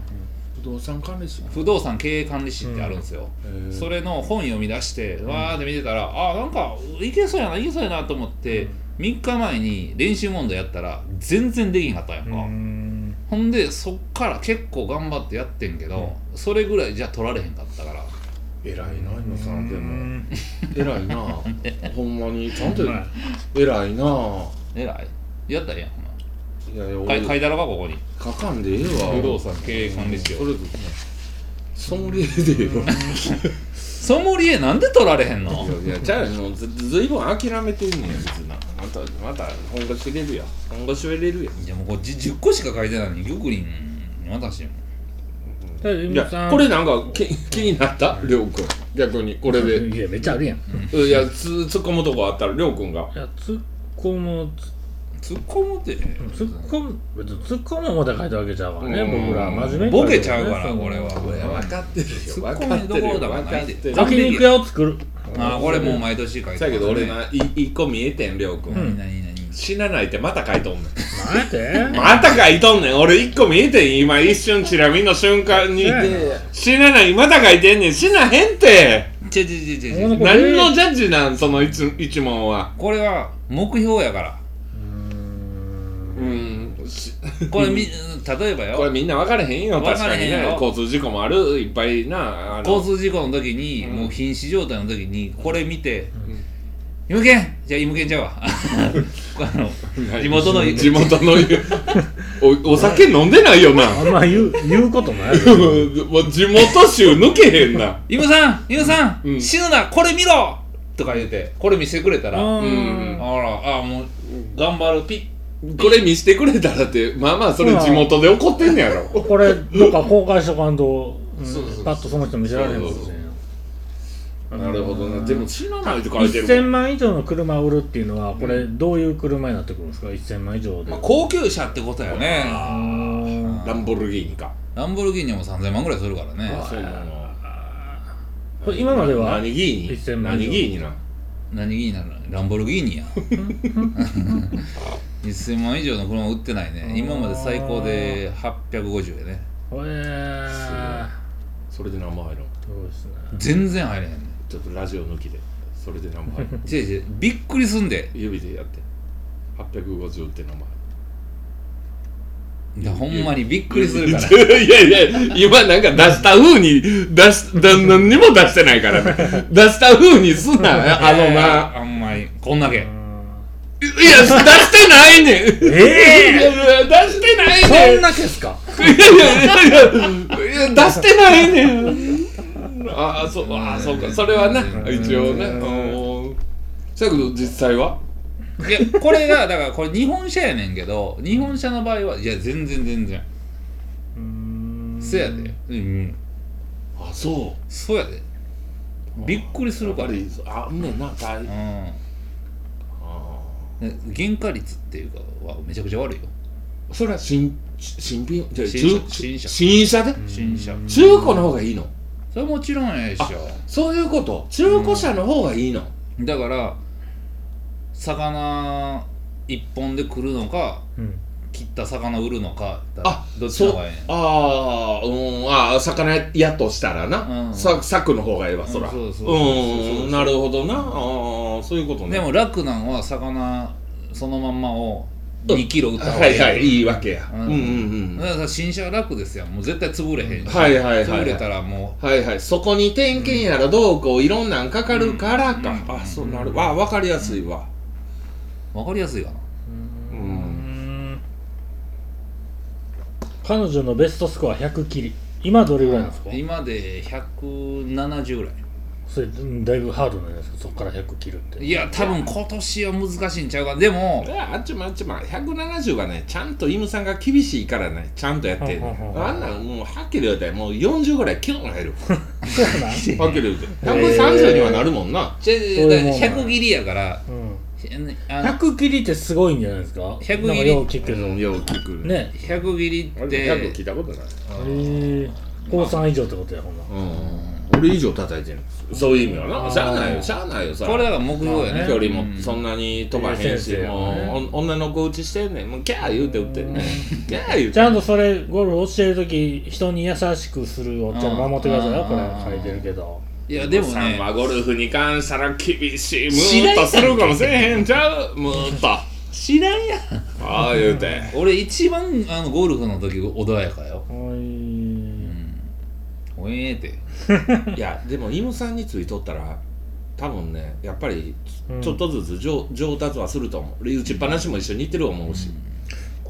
Speaker 2: 不動産管理士
Speaker 1: 不動産経営管理士ってあるんですよ、それの本読み出して、わーって見てたらあなんかいけそうやないけそうやなと思って、3日前に練習問題やったら全然できんかったんやん
Speaker 3: う
Speaker 1: か、
Speaker 3: ん
Speaker 1: ほんでそっから結構頑張ってやってんけど、それぐらいじゃ取られへんかったから
Speaker 2: 偉いな今さんで
Speaker 3: う
Speaker 2: も
Speaker 3: ん
Speaker 2: 偉
Speaker 1: <laughs>
Speaker 2: いなほんまにちゃんと
Speaker 3: うまい
Speaker 2: 偉いな
Speaker 1: えらいやったらええやんほんまか
Speaker 2: いやいや
Speaker 1: い書
Speaker 2: 俺
Speaker 1: いたろかここに
Speaker 2: 書かんでええわ
Speaker 1: 不動産経営管理士を
Speaker 2: それソムリエでええわ
Speaker 1: ソムリエなんで取られへんの
Speaker 2: いやじゃあもうずずいぶん諦めてんねん別にまたまた本腰入れるよ本腰入れるよ
Speaker 1: いやもうこっち10個しか書いてないのに玉林に渡しても
Speaker 3: だから
Speaker 2: い
Speaker 3: 今さ
Speaker 2: や
Speaker 3: ん
Speaker 2: これなんか気気になったりょうくん逆にこれで
Speaker 3: いやめっちゃあるやん
Speaker 2: いやつ突っ込むとこあったらりょうくんが
Speaker 3: いや突っ込む
Speaker 1: 突っ込むって
Speaker 3: 突っ込む別に突っ込む思って書いたわけちゃうからね
Speaker 2: うん
Speaker 3: 僕ら真面目に
Speaker 1: ボケちゃうから
Speaker 3: その
Speaker 1: これはこれは分かってるよ
Speaker 2: よ
Speaker 1: 突っ込みどころだからないで
Speaker 2: 分かっ
Speaker 3: 焼肉屋を作る
Speaker 1: ああこれもう毎年書いて
Speaker 2: だけど俺
Speaker 1: な
Speaker 2: ない一個見えてんりょうくん、
Speaker 1: 何何何
Speaker 2: 死なないってまた書いとんねん
Speaker 3: 待て
Speaker 2: また書いとんねん俺一個見えてん今一瞬チラ見の瞬間に
Speaker 3: ね
Speaker 2: 死なないまた書いてんねん死なへんって
Speaker 1: ちょちょちょちょち
Speaker 3: こ
Speaker 1: ょ
Speaker 3: の子
Speaker 2: 何のジャッジなんその一一問は
Speaker 1: これは目標やから
Speaker 2: うんし
Speaker 1: これみ例えば
Speaker 2: これ
Speaker 1: よ
Speaker 2: みんな分からへんよ
Speaker 1: 分
Speaker 2: 確
Speaker 1: から
Speaker 2: か
Speaker 1: へ
Speaker 2: に
Speaker 1: んよ
Speaker 2: ね交通事故もあるいっぱいなあの
Speaker 1: 交通事故の時にもう瀕死状態の時にこれ見て「イムケン!」じゃあイムケンちゃうわ <laughs> あの地元の
Speaker 2: <laughs> 地元のおお酒飲んでないよな
Speaker 3: あんま言う言うこと
Speaker 2: <laughs>
Speaker 3: ないよ
Speaker 2: もう地元州抜けへんな
Speaker 1: イムさんイムさん、
Speaker 2: うん
Speaker 1: 死ぬなこれ見ろとか言うてこれ見せてくれたら、あ
Speaker 2: ん
Speaker 1: らああもう頑張るピッ
Speaker 2: これ見してくれたらってまあまあそれ地元で怒ってんねやろ
Speaker 1: <laughs>
Speaker 3: これどっか公開しとかんと、うん
Speaker 2: そうそうそう
Speaker 3: パッとその人見せられへんかもしれんよ
Speaker 2: なるほどなでも死なないって書いてる
Speaker 3: 1000
Speaker 2: もん、
Speaker 3: 万以上の車を売るっていうのはこれどういう車になってくるんですか1000万以上で、
Speaker 1: まあ、高級車ってことやね
Speaker 3: あー
Speaker 2: ランボルギーニか
Speaker 1: ランボルギーニも3000万ぐらいするからね
Speaker 2: そうなの
Speaker 3: これ今までは
Speaker 2: 何ギーニ
Speaker 3: 1000万
Speaker 2: 何ギーニなん
Speaker 1: 何気になるのランボルギーニや1000万以上の車売ってないね今まで最高で850やね
Speaker 3: えー、
Speaker 2: それで何も入る
Speaker 3: そうですね
Speaker 1: 全然入れへんね
Speaker 2: ちょっとラジオ抜きでそれで何も入る
Speaker 1: 違う違うびっくりすんで
Speaker 2: 指でやって850って名前
Speaker 1: いやほんまにびっくりするから
Speaker 2: <laughs> いやいや今なんか出した風に出しだ何にも出してないから
Speaker 3: <laughs>
Speaker 2: ね出した風にすんなあのない
Speaker 1: やあんまりこんだけ
Speaker 2: いや出してないねん
Speaker 3: え
Speaker 2: いやいや出してない
Speaker 3: ー、
Speaker 2: ね
Speaker 3: そ
Speaker 2: ん
Speaker 3: んなけすか
Speaker 2: いやいやいやいや出してないねんああそうああそうかそれはな一応ねうんせやけど実際はい
Speaker 1: やこれがだからこれ日本車やねんけど日本車の場合はいや全然全然
Speaker 3: うーん
Speaker 1: そやでうん、うん、
Speaker 2: あそう
Speaker 1: そうやでびっくりする
Speaker 2: やっ
Speaker 1: か
Speaker 2: ぱ
Speaker 1: ら
Speaker 2: りあうめえな大
Speaker 1: う
Speaker 2: 変
Speaker 1: ん
Speaker 2: あ
Speaker 1: で原価率っていうかはめちゃくちゃ悪いよ
Speaker 2: ーそれは新新品じゃあ
Speaker 1: 新車
Speaker 2: 中
Speaker 1: 新車
Speaker 2: 新車で
Speaker 1: 新車
Speaker 2: 中古の方がいいの
Speaker 1: それはもちろんええっしょ
Speaker 2: そういうこと中古車の方がいいの、
Speaker 1: だから魚一本で来るのか
Speaker 3: うん
Speaker 1: 切った魚売るのかだ
Speaker 2: あ
Speaker 1: どっち
Speaker 2: そ
Speaker 1: の
Speaker 2: う
Speaker 1: 方がええねん
Speaker 2: ああうんああ魚やとしたらな、
Speaker 1: うん
Speaker 2: さ柵の方がええわそら、
Speaker 1: う
Speaker 2: うん
Speaker 1: そうそうそうそうそう
Speaker 2: ーんなるほどなあーそういうことね
Speaker 1: でも楽なんは魚そのまんまを2キロ売った方が
Speaker 2: は
Speaker 1: ええ
Speaker 2: いはいいいわけや、
Speaker 1: う
Speaker 2: うんん、うんうん
Speaker 1: だから新車は楽ですよもう絶対潰れへんし、
Speaker 2: はいはいはい
Speaker 1: 潰れたらも
Speaker 2: はいはいそこに点検やらどうこういろんなんかかるからか、
Speaker 1: うん
Speaker 2: あそうなるわ分かりやすいわ
Speaker 1: う分かりやすいかな
Speaker 2: うん、
Speaker 3: 彼女のベストスコア100切り今どれぐらいなんですか
Speaker 1: 今で170ぐらい
Speaker 3: それうんだいぶハードなんですかそこから100切るって
Speaker 1: いや多分今年は難しいんちゃうかでも
Speaker 2: いやあっちもあっちも170はねちゃんとイムさんが厳しいからねちゃんとやってん
Speaker 3: ほうほう
Speaker 2: ね
Speaker 3: ほうん
Speaker 2: あんなんもうはっきり言うたらもう40ぐらいキュン入るは
Speaker 3: そうなん
Speaker 2: っきり言うて130にはなるもんな、
Speaker 1: ちょち
Speaker 3: そ
Speaker 1: ょ
Speaker 3: う
Speaker 1: だ
Speaker 3: いう
Speaker 1: か
Speaker 3: もん
Speaker 1: ら
Speaker 3: なん
Speaker 1: 100切りやから
Speaker 3: うん
Speaker 1: あの
Speaker 3: 100切りってすごいんじゃないですか
Speaker 1: 100切り
Speaker 3: なんかよう聞くけど
Speaker 2: うん、よう聞く
Speaker 3: ね
Speaker 1: 100切りっ
Speaker 2: あれ
Speaker 1: て
Speaker 2: 100聞いたことない
Speaker 3: えー高3以上ってことやほんな
Speaker 2: うんる以上叩いてるそういう意味は
Speaker 3: あ
Speaker 2: な
Speaker 3: ー
Speaker 2: しゃあないよしゃあないよさ
Speaker 1: これだから目標や
Speaker 3: ま
Speaker 1: ね
Speaker 3: あ
Speaker 2: 距離も
Speaker 1: うん
Speaker 2: そんなに飛ばへんし、
Speaker 3: うん
Speaker 2: もうお女の子打ちしてんねんもうキャー言うて打ってんねんキャー言う
Speaker 3: ち
Speaker 2: て
Speaker 3: ゃんとそれゴルフ教えるとき人に優しくするおっちゃん守ってくださいよ
Speaker 1: うん
Speaker 3: これ書いてるけど
Speaker 1: いやでも
Speaker 2: さん
Speaker 1: ね
Speaker 2: はゴルフに関したら厳しいムーッとするかもせえへんちゃうムーッとあ
Speaker 1: 知らんやん
Speaker 2: あ言うて
Speaker 1: 俺一番あのゴルフの時穏やかよ
Speaker 3: おい
Speaker 1: おえーって
Speaker 2: いやでもイムさんについとったら多分ねやっぱり
Speaker 3: うん
Speaker 2: ちょっとずつ上上達はすると思う打ちっぱなしも一緒にいってる思うし、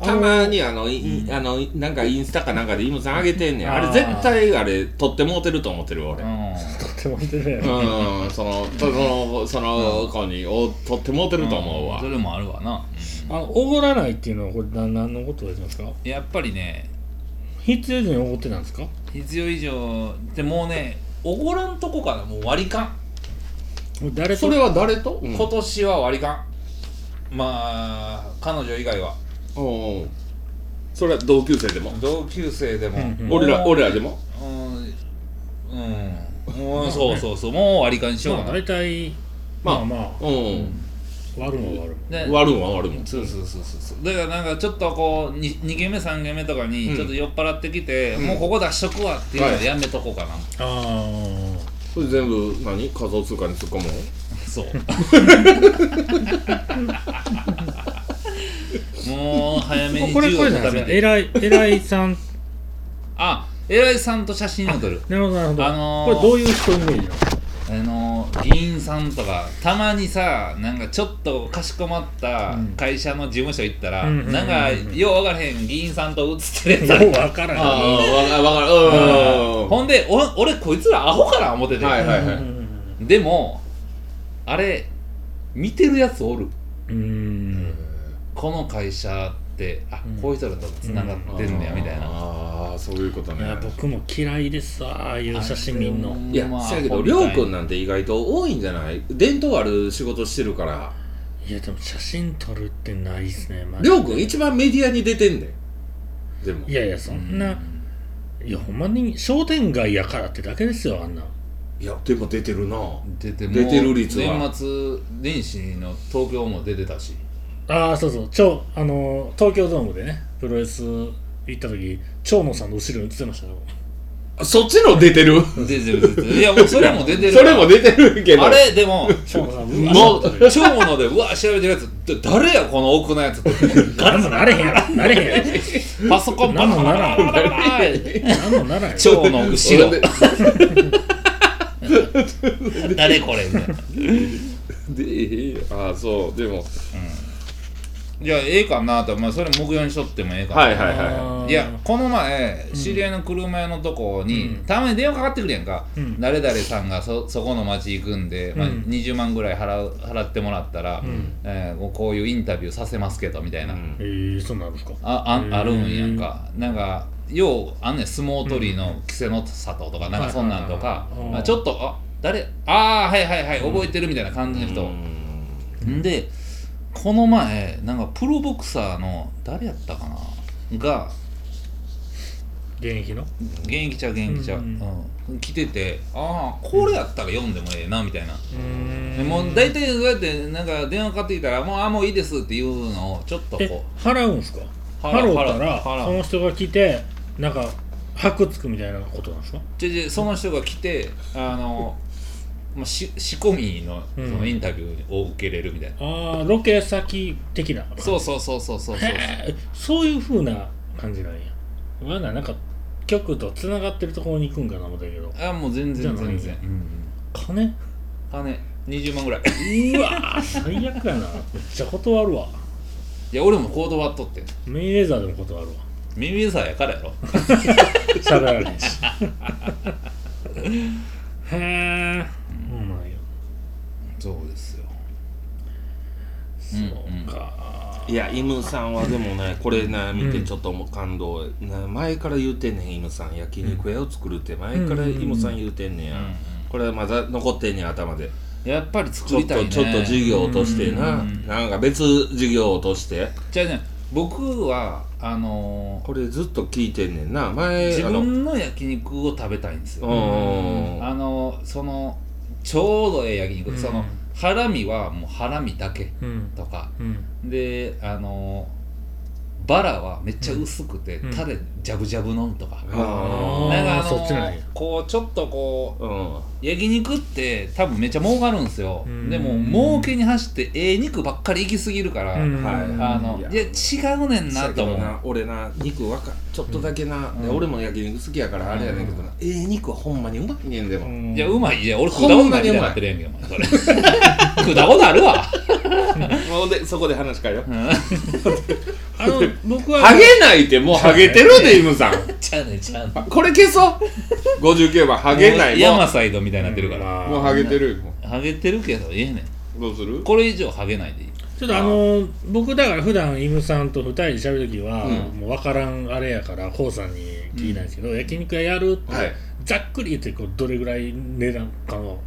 Speaker 2: たまにあの、いあのなんかインスタかなんかでイムさん上げてんねんあ
Speaker 3: あ
Speaker 2: れ
Speaker 3: ー
Speaker 2: 絶対あれ撮ってもうてると思ってる
Speaker 1: う
Speaker 2: 俺
Speaker 3: とっても似てるやん
Speaker 2: うんそのそのその子にお撮ってもうてる
Speaker 1: ん
Speaker 2: と思うわ
Speaker 1: それもあるわな
Speaker 3: あのおごらないっていうのはこれ何何のことを言ってますか
Speaker 1: やっぱりね
Speaker 3: 必要以上におごってたんですか
Speaker 1: 必要以上でもうねおごらんとこかなもう割り勘
Speaker 3: 誰と
Speaker 2: それは誰と、うん
Speaker 1: 今年は割り勘まあ彼女以外は
Speaker 2: うんうんそれは同級生でも
Speaker 1: 同級生でも
Speaker 3: うんうん
Speaker 1: もう
Speaker 2: 俺ら俺らでも
Speaker 1: うん
Speaker 3: <laughs>
Speaker 1: うんもうそうそうそうもう割り勘しよう
Speaker 3: まあ
Speaker 1: かな
Speaker 3: 大体
Speaker 2: ま
Speaker 3: ま
Speaker 2: あ
Speaker 3: あまあ
Speaker 2: うん、
Speaker 3: 割るも割るも
Speaker 1: で
Speaker 2: 割るんは割るもん
Speaker 1: そうそうそうそうだからなんかちょっとこう 2, 軒目3軒目とか
Speaker 2: うん
Speaker 1: にちょっと酔っ払ってきて、
Speaker 2: ん
Speaker 1: もうここ出しとくわっていうのはやめとこうかな、
Speaker 3: あ
Speaker 2: それ全部何仮想通貨に突っ込むの
Speaker 3: <laughs>
Speaker 1: そうもう早めに
Speaker 3: これ
Speaker 1: 銃
Speaker 3: こ
Speaker 1: を
Speaker 3: れなんで
Speaker 1: 固
Speaker 3: す
Speaker 1: め
Speaker 3: かえ
Speaker 1: て
Speaker 3: らいえらいさん
Speaker 1: あ偉いさんと写真を撮る
Speaker 3: なるほどなるほど、
Speaker 1: あのー
Speaker 3: これどういう人イメージなの
Speaker 1: あの議員さんとかたまにさなんかちょっとかしこまった
Speaker 3: うん
Speaker 1: 会社の事務所行ったら、
Speaker 3: うんうんうんうん
Speaker 1: なんかよう分からへん議員さんと写ってるやつ
Speaker 3: ようわからない
Speaker 2: ああ、わかる、 <laughs> わかる。
Speaker 1: ほんでお俺こいつらアホかな思ってて、
Speaker 2: はいはいはい。
Speaker 1: でもあれ見てるやつおる
Speaker 3: うーん
Speaker 1: この会社ってあ、
Speaker 3: うん
Speaker 1: こういう人らとつながってるんだよみたいな、
Speaker 2: ああ、そういうこと
Speaker 3: いや
Speaker 2: ね。
Speaker 3: 僕も嫌いですわああいう写真見んの
Speaker 2: いや、せやけど、りょうくんなんて意外と多いんじゃない伝統ある仕事してるから、
Speaker 3: いやでも写真撮るってないっすねマジ
Speaker 2: りょうくん一番メディアに出てんだよ。でも。
Speaker 3: い
Speaker 2: や、
Speaker 3: やいやそんないやほんまに商店街やからってだけですよあんな
Speaker 2: でも出てるな。
Speaker 1: 出て
Speaker 2: 出てる率は
Speaker 1: もう年末年始の東京も出てたし
Speaker 3: ああそうそう超あのー東京ドームでねプロレス行った時長野さんの後ろに映ってましたよ
Speaker 2: あそっちの出てる。
Speaker 1: 出てる出てるいやもうそれも出てる
Speaker 2: それも出てるけど。
Speaker 1: あれでも
Speaker 3: 長野さん
Speaker 2: もう
Speaker 1: 長野でうわ調べてるやつだ誰やこの奥のやつって
Speaker 3: 何もなれへんやろなれへんや
Speaker 1: パソコンパ
Speaker 3: なんもならん
Speaker 1: パパパパ
Speaker 3: ろ何もならへん <laughs>
Speaker 1: 蝶の後ろ
Speaker 2: で
Speaker 1: <laughs> 誰これみたいな
Speaker 2: でああ、そう。でも、
Speaker 1: いやええかなと、まあ、それ目標にしとってもええかな、
Speaker 2: はいはいはい。
Speaker 3: あー
Speaker 1: いやこの前知り合いの車屋のとこに、
Speaker 3: うん
Speaker 1: たまに電話かかってくるやんか、
Speaker 3: うん
Speaker 1: 誰々さんがそそこの町行くんで、まあ、
Speaker 3: うん
Speaker 1: 20万ぐらい払う払ってもらったら、
Speaker 3: ん
Speaker 1: えーこういうインタビューさせますけどみたいな、
Speaker 2: うん
Speaker 3: えー、そうなんですか
Speaker 1: ああんあるんやんかなんかようあんねん相撲取りの稀勢の里とかなんかそんなんとか
Speaker 3: はいはいはいはいうん
Speaker 1: まあちょっとあ誰ああはいはいはい覚えてるみたいな感じの人、んでこの前なんかプロボクサーの誰やったかなが
Speaker 3: 現役の
Speaker 1: 現役ちゃう現役ちゃう、
Speaker 3: う
Speaker 1: うんん来ててああこれやったら読んでもええなみたいな、
Speaker 3: うーん
Speaker 1: もう大体そうやってなんか電話かかってきたら「もうあもういいです」っていうのをちょっと
Speaker 3: え
Speaker 1: こ
Speaker 3: 払うんすか
Speaker 1: 払う
Speaker 3: 払ったら
Speaker 1: 払う払う
Speaker 3: その人が来てなんか箔つくみたいなことなんですか
Speaker 1: うちょちょその人が来てあのまあし仕込みのそ
Speaker 3: うん
Speaker 1: のインタビューを受けれるみたいな、
Speaker 3: ああロケ先的な
Speaker 1: そうそうそうそうそうそう
Speaker 3: へえそういうふうな感じなんやまだなんか局とつながってるところに行くんかな思ったけど
Speaker 1: あもう全然
Speaker 3: じゃあ
Speaker 1: 全然、うんうん、
Speaker 3: 金
Speaker 1: 金20万ぐらい
Speaker 3: うわー最悪やなめっちゃ断るわ
Speaker 1: いや俺もコード割っとって
Speaker 3: メインレーザーでも断るわ
Speaker 1: 耳さやからやろ
Speaker 3: 喋られへんしへえそうなんや
Speaker 1: そうですよ
Speaker 3: そうか
Speaker 2: いや、イムさんはでもね、これね、見てちょっともう感動、ね前から言うてんねん、イムさん、焼肉屋を作るって、前からイムさん言うてんねんや、
Speaker 1: うんうんうん
Speaker 2: これまだ残ってんねん、頭で。
Speaker 1: やっぱり作
Speaker 2: ちょっ
Speaker 1: りた
Speaker 2: と、
Speaker 1: いね
Speaker 2: ちょっと事業落としてな、
Speaker 1: うん
Speaker 2: なんか別事業落として、
Speaker 1: じゃあね僕はあの
Speaker 2: これずっと聞いてんねんな前
Speaker 1: 自
Speaker 2: あの
Speaker 1: 分の焼肉を食べたいんですよ
Speaker 2: うん
Speaker 1: あのそのちょうどええ焼肉、
Speaker 3: うん
Speaker 1: そのハラミはもうハラミだけ
Speaker 3: うん
Speaker 1: とか
Speaker 3: うん
Speaker 1: であのバラはめっちゃ薄くて、
Speaker 3: うん
Speaker 1: タレジャブジャブ飲むとか、な
Speaker 2: あ
Speaker 1: んかあ
Speaker 3: あーそ
Speaker 1: の
Speaker 3: っちなんや
Speaker 1: こうちょっとこう
Speaker 2: うん
Speaker 1: 焼肉って多分めっちゃ儲かるんですよ、
Speaker 3: うん
Speaker 1: でも儲けに走ってええ肉ばっかり行きすぎるから、
Speaker 3: うん
Speaker 2: はい
Speaker 1: あのい
Speaker 2: い
Speaker 1: や
Speaker 2: や
Speaker 1: 違うねんなと思う
Speaker 2: せやけどな俺な肉わかちょっとだけな、
Speaker 1: ん
Speaker 2: で
Speaker 1: うん
Speaker 2: 俺も焼肉好きやからあれやねんけどな、ええ肉はほんまにうまいねんでも、
Speaker 1: いやうまいいや俺食うたこ
Speaker 2: ほ
Speaker 1: と
Speaker 2: ん
Speaker 1: な
Speaker 2: ま
Speaker 1: い
Speaker 2: に
Speaker 1: みたいになってるやんけお前それ <laughs> 食うたことあるわ
Speaker 2: ほんでそこで話変えよう
Speaker 3: あの僕は
Speaker 2: ハゲないってもうハゲてるでイムさん
Speaker 1: ちゃうねんちゃうねん
Speaker 2: あこれ消そう59番ハゲないも
Speaker 1: 山サイドみたいになってるから、
Speaker 2: うもうハゲてるも
Speaker 1: ハゲてるけどええねん
Speaker 2: うどうする
Speaker 1: これ以上ハゲないでいい
Speaker 3: ちょっとあの僕だから普段イムさんと二人で喋る時は、
Speaker 2: うん
Speaker 3: もう分からんあれやからこうさんに聞いたんですけど、焼肉屋やるって、
Speaker 2: はい
Speaker 3: ざっくり言ってこうどれぐらい値段かの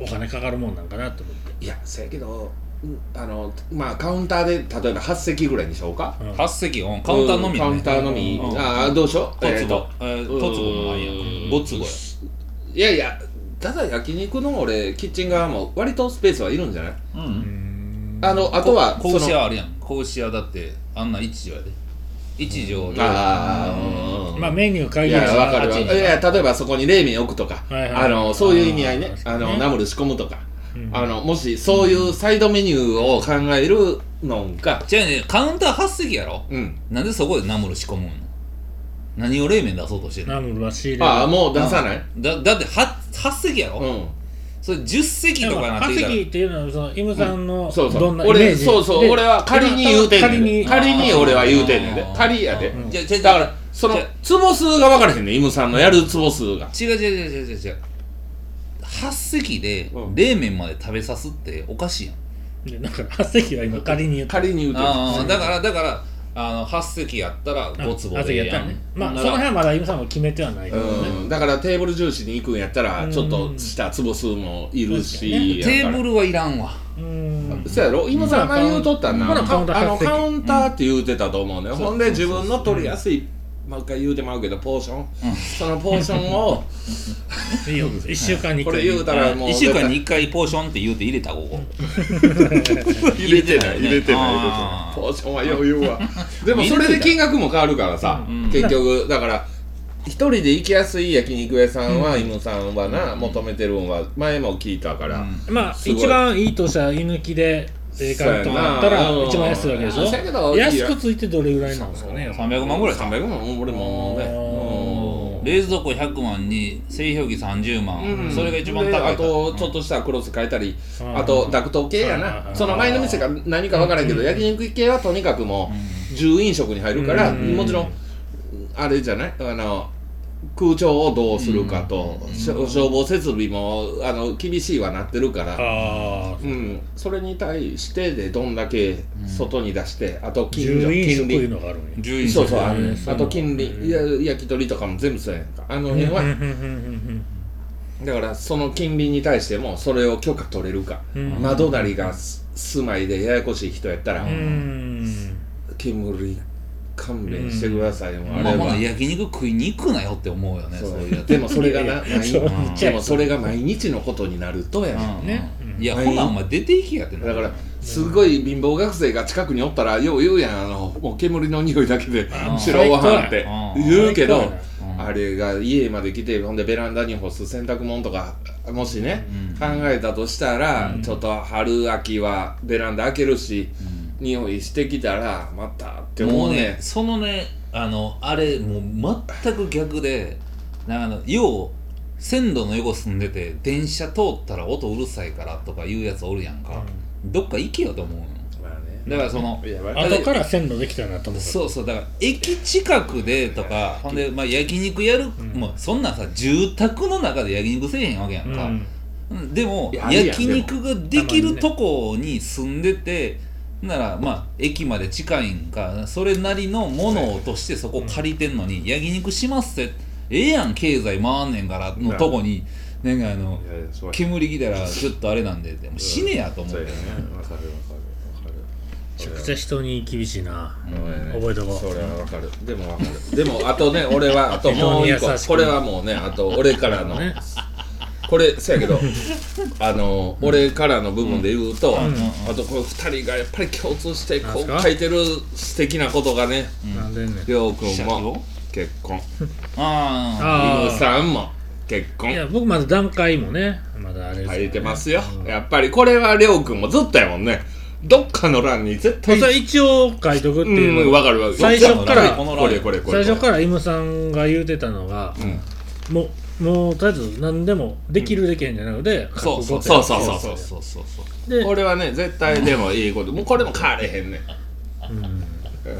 Speaker 3: お金かかるもんなんかなと思って
Speaker 2: いやせやけどうあのまあカウンターで例えば8席ぐらいにしようか、
Speaker 3: うん
Speaker 1: 8席オンカウンターのみ
Speaker 2: カ
Speaker 1: や
Speaker 2: ウ
Speaker 1: ね
Speaker 2: ンターのみ、
Speaker 1: うん
Speaker 2: ああどうしよう
Speaker 1: ト
Speaker 2: え
Speaker 1: ツ
Speaker 2: ー
Speaker 1: ボ
Speaker 2: と
Speaker 1: えートツボもないや
Speaker 2: うん
Speaker 1: ボツゴや
Speaker 2: いやいやただ焼肉の俺キッチン側も割とスペースはいるんじゃない、
Speaker 1: うん
Speaker 2: あのあとは
Speaker 1: こ
Speaker 2: そ
Speaker 1: うし
Speaker 2: の
Speaker 1: 屋あるやんこうし屋だってあんな一畳やで一畳で
Speaker 2: ああ
Speaker 3: まあメニュー限
Speaker 2: い
Speaker 3: り
Speaker 2: や
Speaker 3: は
Speaker 2: わかるわ
Speaker 1: 八
Speaker 2: い
Speaker 1: 人
Speaker 2: や例えばそこに冷麺置くとか、
Speaker 3: はいはい
Speaker 2: あのそういう意味合いね
Speaker 3: あー
Speaker 2: あの
Speaker 3: ね
Speaker 2: ナムル仕込むとか、
Speaker 3: うん
Speaker 2: あのもしそういうサイドメニューを考えるのが
Speaker 1: じゃあねカウンター8席やろ
Speaker 2: うん
Speaker 1: なんでそこでナムル仕込むんの何を冷麺出そうとしてんの
Speaker 3: ナムルは仕入れる
Speaker 2: ああもう出さない
Speaker 1: だだって 8, 8席やろ、
Speaker 2: うん
Speaker 1: それ10席とかなって
Speaker 3: ハ
Speaker 1: き
Speaker 3: セ
Speaker 1: たら
Speaker 3: キっていうのはそのイムさんの
Speaker 2: そうそう
Speaker 3: どんなイメー
Speaker 2: 俺
Speaker 3: ジ
Speaker 2: そうそう
Speaker 3: で
Speaker 2: 俺は仮に言うてんね
Speaker 3: 仮
Speaker 2: ん
Speaker 3: に
Speaker 2: で仮に俺は言うてんねんで
Speaker 1: あー
Speaker 2: 仮やで
Speaker 1: うんじゃあじゃあ
Speaker 2: だからその
Speaker 1: じゃあ
Speaker 2: 坪数が分からへんねんイムさんのやる坪数が
Speaker 1: 違う違う違う違う違う8席で
Speaker 2: うん
Speaker 1: 冷麺まで食べさすっておかしいやん、
Speaker 3: でだからハセキは今仮に言うて
Speaker 2: 仮に言うてんねん
Speaker 1: ああだからだからあの8席やったら5
Speaker 3: あ
Speaker 1: 坪
Speaker 3: ハセ
Speaker 1: で
Speaker 3: キ
Speaker 1: え
Speaker 3: や
Speaker 1: え
Speaker 3: っ
Speaker 1: や
Speaker 3: た
Speaker 1: ん
Speaker 3: らねまあ
Speaker 1: な
Speaker 3: そ
Speaker 1: ら
Speaker 3: の辺はまだイムさんも決めてはないけどね
Speaker 2: うんだからテーブル重視に行くんやったらちょっとした坪数もいるし、や
Speaker 1: テ
Speaker 2: から
Speaker 1: ーブルはいらんわ
Speaker 3: うん
Speaker 2: そうやろ今さ前言うとったな、
Speaker 3: まだカウンター
Speaker 2: あの
Speaker 3: 8席
Speaker 2: カウンターって言うてたと思うね、
Speaker 1: ん
Speaker 2: ほんで自分の取りやすい毎回言うてまうけどポーション、そのポーションを
Speaker 3: いいよ1週間に1
Speaker 2: これ
Speaker 3: 回
Speaker 2: 言うたらもう
Speaker 1: 1週間に1回ポーションって言うて入れたここ
Speaker 2: 入れてない入れてない
Speaker 1: あー
Speaker 2: ポーションは余裕はでもそれで金額も変わるからさ、結局だから一人で行きやすい焼肉屋さんは、犬さんはな求めてるんは前も聞いたから、
Speaker 1: うん
Speaker 3: まあ
Speaker 2: すごい
Speaker 3: 一番いいとしたら居抜きでええ
Speaker 2: そうやな
Speaker 3: かとかだったら
Speaker 2: うん
Speaker 3: 一番安いわけでし
Speaker 2: そうやけ
Speaker 3: ょ
Speaker 2: ど
Speaker 3: 安くついてどれぐらいなんですかね
Speaker 1: 300万ぐらい
Speaker 2: 300万俺もね
Speaker 3: おー
Speaker 1: 冷蔵庫100万に製氷機30万、
Speaker 2: うん
Speaker 1: それが一番高い
Speaker 2: で
Speaker 1: から
Speaker 2: あとちょっとしたクロス変えたり、
Speaker 3: うん
Speaker 2: あとダクト系や
Speaker 3: はいはい
Speaker 2: な、
Speaker 3: はい
Speaker 2: その前の店が何か分からんけど、焼肉系はとにかくもう重飲食に入るから、
Speaker 3: うん
Speaker 2: もちろんあれじゃないあの空調をどうするかと、しょ消防設備もあの厳しいはなってるから、
Speaker 3: ああ
Speaker 2: うん、それに対してでどんだけ外に出して、あと近所
Speaker 3: 10飲食
Speaker 2: 近
Speaker 3: い
Speaker 2: 隣
Speaker 3: うのがあるんや
Speaker 1: 10
Speaker 2: そうそうあ
Speaker 1: あ
Speaker 2: の
Speaker 3: へーそう
Speaker 2: あと近隣いや焼き鳥とかも全部そうやんかあの辺は、
Speaker 3: うんうんうん
Speaker 2: だからその近隣に対してもそれを許可取れるか、
Speaker 3: うん
Speaker 2: 窓なりがす住まいでややこしい人やったら、
Speaker 3: うんうん
Speaker 2: 煙勘弁してくださいよ、あ
Speaker 1: まあ
Speaker 2: れ
Speaker 1: ほ
Speaker 2: は
Speaker 1: な、焼肉食いに行くなよって思うよね
Speaker 2: そ
Speaker 1: そうういうやつ
Speaker 2: でもそれがな毎日
Speaker 3: そう
Speaker 1: うん
Speaker 2: でもそれが毎日のことになるとやね、
Speaker 1: うん
Speaker 3: ね
Speaker 1: いや
Speaker 2: うん
Speaker 1: ほなお前出ていきやってな
Speaker 2: だからすごい貧乏学生が近くにおったらよう言うやんあのもう煙の匂いだけで
Speaker 1: うん
Speaker 2: 白ご飯って
Speaker 1: うん
Speaker 2: 言うけど
Speaker 3: 最高や
Speaker 1: な
Speaker 2: あれが家まで来てほんでベランダに干す洗濯物とかもしね
Speaker 1: うん
Speaker 2: 考えたとしたらちょっと春秋はベランダ開けるし匂いしてきたらまたって
Speaker 1: も
Speaker 2: 思
Speaker 1: う
Speaker 2: う
Speaker 1: ね
Speaker 2: ね
Speaker 1: そのねあのあれもう全く逆でなんかあのよう線路の横住んでて電車通ったら音うるさいからとか言うやつおるやんか、どっか行けよと思うの
Speaker 2: まあね
Speaker 1: だからその
Speaker 2: やばい
Speaker 3: 後から線路できたなと思う
Speaker 1: そうそうだから駅近くでとかほんで、まあ、焼肉やる、もうそんなんさ住宅の中で焼肉せえへんわけやんか、
Speaker 3: うん
Speaker 1: うんでも
Speaker 2: いやあるやん
Speaker 1: 焼肉ができる
Speaker 3: で
Speaker 1: とこに住んでてならまあ駅まで近いんかそれなりのものをとしてそこ借りてんのに焼肉しますってええやん経済回んねんからのとこになんかあの
Speaker 2: いやいやそうや
Speaker 1: 煙来たらちょっとあれなんででも死ねやと思う
Speaker 2: そう
Speaker 1: け
Speaker 2: や
Speaker 1: ど
Speaker 2: ねわかるわかるわかる
Speaker 3: ちゃくちゃ人に厳しいな、覚えとこう
Speaker 2: それはわかるでもわかるでもあとね俺はあともう一
Speaker 3: 非常に優
Speaker 2: 個
Speaker 3: しく
Speaker 2: これはもうねあと俺からの
Speaker 3: ね
Speaker 2: これそやけどあの俺からの部分で言うと、あとこの2人がやっぱり共通してこ
Speaker 3: なん
Speaker 2: う
Speaker 3: すか
Speaker 2: 書いてる素敵なことがね
Speaker 3: なんでんねん
Speaker 2: りょうく
Speaker 1: 借
Speaker 2: んも
Speaker 1: を
Speaker 2: 結婚
Speaker 1: あ
Speaker 3: あ
Speaker 2: り
Speaker 3: あ
Speaker 2: ゅうさんも結婚
Speaker 3: いや僕まだ段階もねまだあれですから
Speaker 2: 書
Speaker 3: ね
Speaker 2: いてますよやっぱりこれはりょうくんもずっとやもんねどっかの欄に絶
Speaker 3: まあ
Speaker 2: 対
Speaker 3: それ一応書いとくっていううんの
Speaker 2: わかるわかる
Speaker 3: 最初から
Speaker 2: これこれこれ
Speaker 3: 最初から M さんが言うてたのが、
Speaker 2: うん
Speaker 3: もうもうとりあえず何でもできるできへんじゃなくて、
Speaker 2: そ
Speaker 3: 覚
Speaker 2: う
Speaker 3: 悟
Speaker 2: そ
Speaker 3: っ
Speaker 2: うそ
Speaker 3: て
Speaker 2: うそう
Speaker 1: あ
Speaker 2: そ
Speaker 1: そ
Speaker 2: う
Speaker 1: そ
Speaker 2: そうう
Speaker 1: うそうそう
Speaker 3: で
Speaker 2: これはね絶対でもいいこともうこれも変われへんねん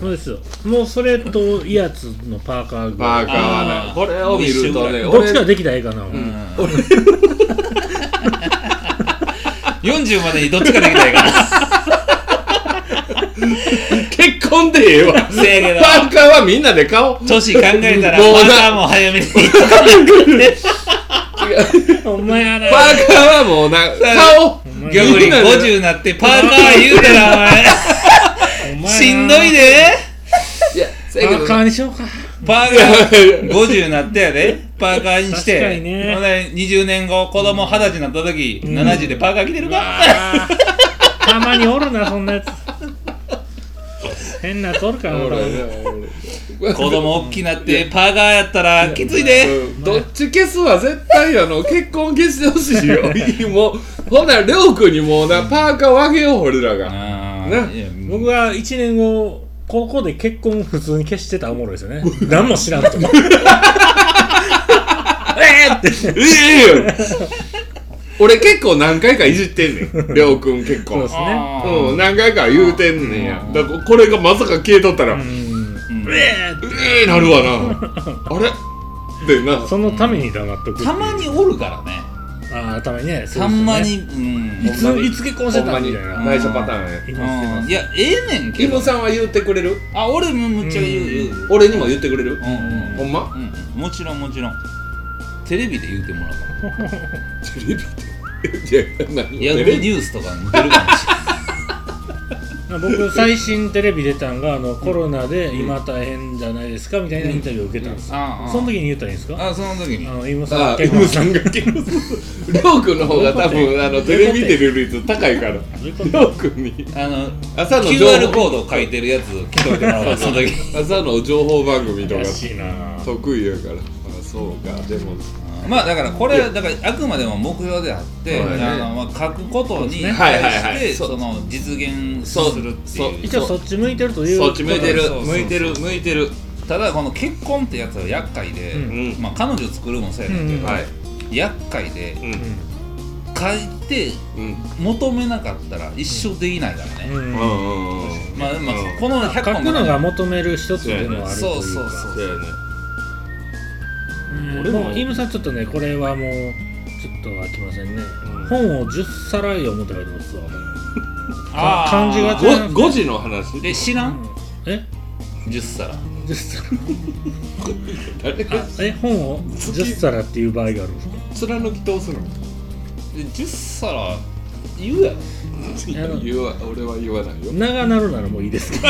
Speaker 3: そうですよもうそれとイヤツのパーカーぐ
Speaker 2: パ
Speaker 3: ら
Speaker 2: ー
Speaker 3: い
Speaker 2: カーは
Speaker 1: あー
Speaker 2: ねこれを見るとね
Speaker 3: どっちか
Speaker 2: 俺
Speaker 3: できたらええかな、
Speaker 1: うん40までにどっちかできない
Speaker 2: <laughs>
Speaker 1: から
Speaker 2: 結婚でええわ <laughs> パ
Speaker 1: せやけど
Speaker 2: ーカーはみんなで買おう
Speaker 1: 年考えたら
Speaker 2: どうだ
Speaker 1: まだもう早
Speaker 2: <laughs>
Speaker 1: めに
Speaker 3: お前あれ
Speaker 2: パーカーはもうな買おう
Speaker 1: 逆に
Speaker 2: みんなで
Speaker 1: 50になってパーカー言うたら
Speaker 3: お
Speaker 1: お
Speaker 3: 前
Speaker 1: 前しんどいで
Speaker 2: いやせ
Speaker 3: パ
Speaker 2: やけど
Speaker 3: ーカーにしようか
Speaker 1: パーカー50になってやでパーカーにして
Speaker 3: 確かにね
Speaker 1: ほんで20年後子供二十歳になった時、70でパーカー着てるか、
Speaker 3: あーたまにおるなそんなや
Speaker 2: <laughs>
Speaker 3: つ変なやつおるから
Speaker 2: ほら
Speaker 3: 俺
Speaker 1: 子供大きなってパーカーやったらきついで、
Speaker 2: うんどっち消すは絶対あの結婚消してほしいよ
Speaker 3: <laughs>
Speaker 2: もうほんならりょうくんにもうなパーカーをあげよう俺らが
Speaker 1: あ
Speaker 2: ね
Speaker 1: ーいや
Speaker 3: 僕は1年後ここで結婚普通に消してたらおもろいですよね何も知らんとえーって
Speaker 2: ええよ俺結構何回かいじってんねんりょうくん結
Speaker 3: そうで
Speaker 2: 婚
Speaker 3: すね
Speaker 1: あー
Speaker 2: うん、何回か言うてんねんや。だからこれがまさか消えとったら、う
Speaker 3: うん
Speaker 1: うん
Speaker 3: えーって
Speaker 2: えーなるわな。あ
Speaker 3: <laughs>
Speaker 2: れでな、
Speaker 3: そのために黙っとくっていう
Speaker 1: たまにおるからね
Speaker 3: ああたまにねそう
Speaker 1: た
Speaker 3: ですよね
Speaker 1: まにうん
Speaker 3: いついつ結婚して
Speaker 2: ほん
Speaker 3: た
Speaker 2: ま
Speaker 3: んみ
Speaker 2: に
Speaker 3: たいな
Speaker 2: 内緒パターンやね。
Speaker 3: いますいま
Speaker 1: うん
Speaker 3: す
Speaker 1: いやええねんけ
Speaker 2: イ
Speaker 1: ど
Speaker 2: ムさんは言ってくれる
Speaker 1: あ俺もむっちゃ言う言う
Speaker 2: 俺にも言ってくれる
Speaker 1: うんうん
Speaker 2: ほんま
Speaker 1: うんうんもちろんもちろんテレビで言うてもらうから
Speaker 2: テレビで。いや、何
Speaker 1: ヤフ
Speaker 2: テ
Speaker 1: ー
Speaker 2: レ
Speaker 1: ニ
Speaker 2: ビ
Speaker 1: ュースとかに出るかもしれない
Speaker 3: 僕最新テレビ出たんがあのコロナで今大変じゃないですかみたいなインタビューを受けたんですよ
Speaker 1: ああ
Speaker 3: その時に言ったらいいんですか
Speaker 1: あその時に
Speaker 3: あのイム
Speaker 2: あ
Speaker 3: さん、
Speaker 2: イ
Speaker 3: 結
Speaker 2: ム
Speaker 3: 婚
Speaker 2: さんが結婚する。りょうくんの方が多分、あの、テレビ出る率高いから。
Speaker 3: どういうこと
Speaker 2: りょうくんに。
Speaker 1: あの
Speaker 2: 朝の情
Speaker 1: QR コ
Speaker 2: 報
Speaker 1: ードを書いてるやつ聞といてもらおうかその時
Speaker 2: 朝の情報番組とか
Speaker 3: らしいなぁ
Speaker 2: 得意やから。あ、そうか。でも、
Speaker 1: まあだからこれはだからあくまでも目標であって、
Speaker 2: はい
Speaker 1: あのまあ、書くことに
Speaker 3: そうですね
Speaker 2: はいはいはい
Speaker 1: 対して
Speaker 2: そう
Speaker 1: その実現す
Speaker 2: そう
Speaker 1: るって
Speaker 2: そう
Speaker 1: いう
Speaker 3: 一応そっち向いてるという
Speaker 2: そっち向いてる
Speaker 1: そうそう。そう
Speaker 2: 向いてる、向いてる。
Speaker 1: ただこの結婚ってやつは厄介で、
Speaker 3: うん
Speaker 1: まあ、彼女作るもそうやねんけど、
Speaker 3: うん
Speaker 2: はい。
Speaker 1: 厄介で
Speaker 2: う。
Speaker 3: うんん
Speaker 1: 書いて
Speaker 2: うん。
Speaker 1: 求めなかったら一生できないからね、
Speaker 3: うん
Speaker 2: うんうんうん。
Speaker 1: まあまあ
Speaker 2: うん
Speaker 1: この
Speaker 3: 書
Speaker 1: 100
Speaker 3: く
Speaker 1: 本
Speaker 3: のが求める一つでもあるという
Speaker 1: そ
Speaker 3: か
Speaker 1: うそうそう
Speaker 2: そうやね。
Speaker 3: うん
Speaker 2: 俺も
Speaker 3: もうイムさんちょっとねこれはもうちょっと飽きませんね
Speaker 2: うん
Speaker 3: 本を10皿読むって書いてますわ
Speaker 1: あー
Speaker 3: 漢字が
Speaker 2: ご5時の話
Speaker 1: で知らん
Speaker 3: え
Speaker 1: 10皿
Speaker 3: 10皿
Speaker 2: 誰
Speaker 3: あ
Speaker 2: が
Speaker 3: え本を10皿っていう場合があるんですか
Speaker 2: 貫き通すの
Speaker 1: で10皿言うやろ
Speaker 3: や
Speaker 2: 言わ俺は言わないよ
Speaker 3: 長なるならもういいですけど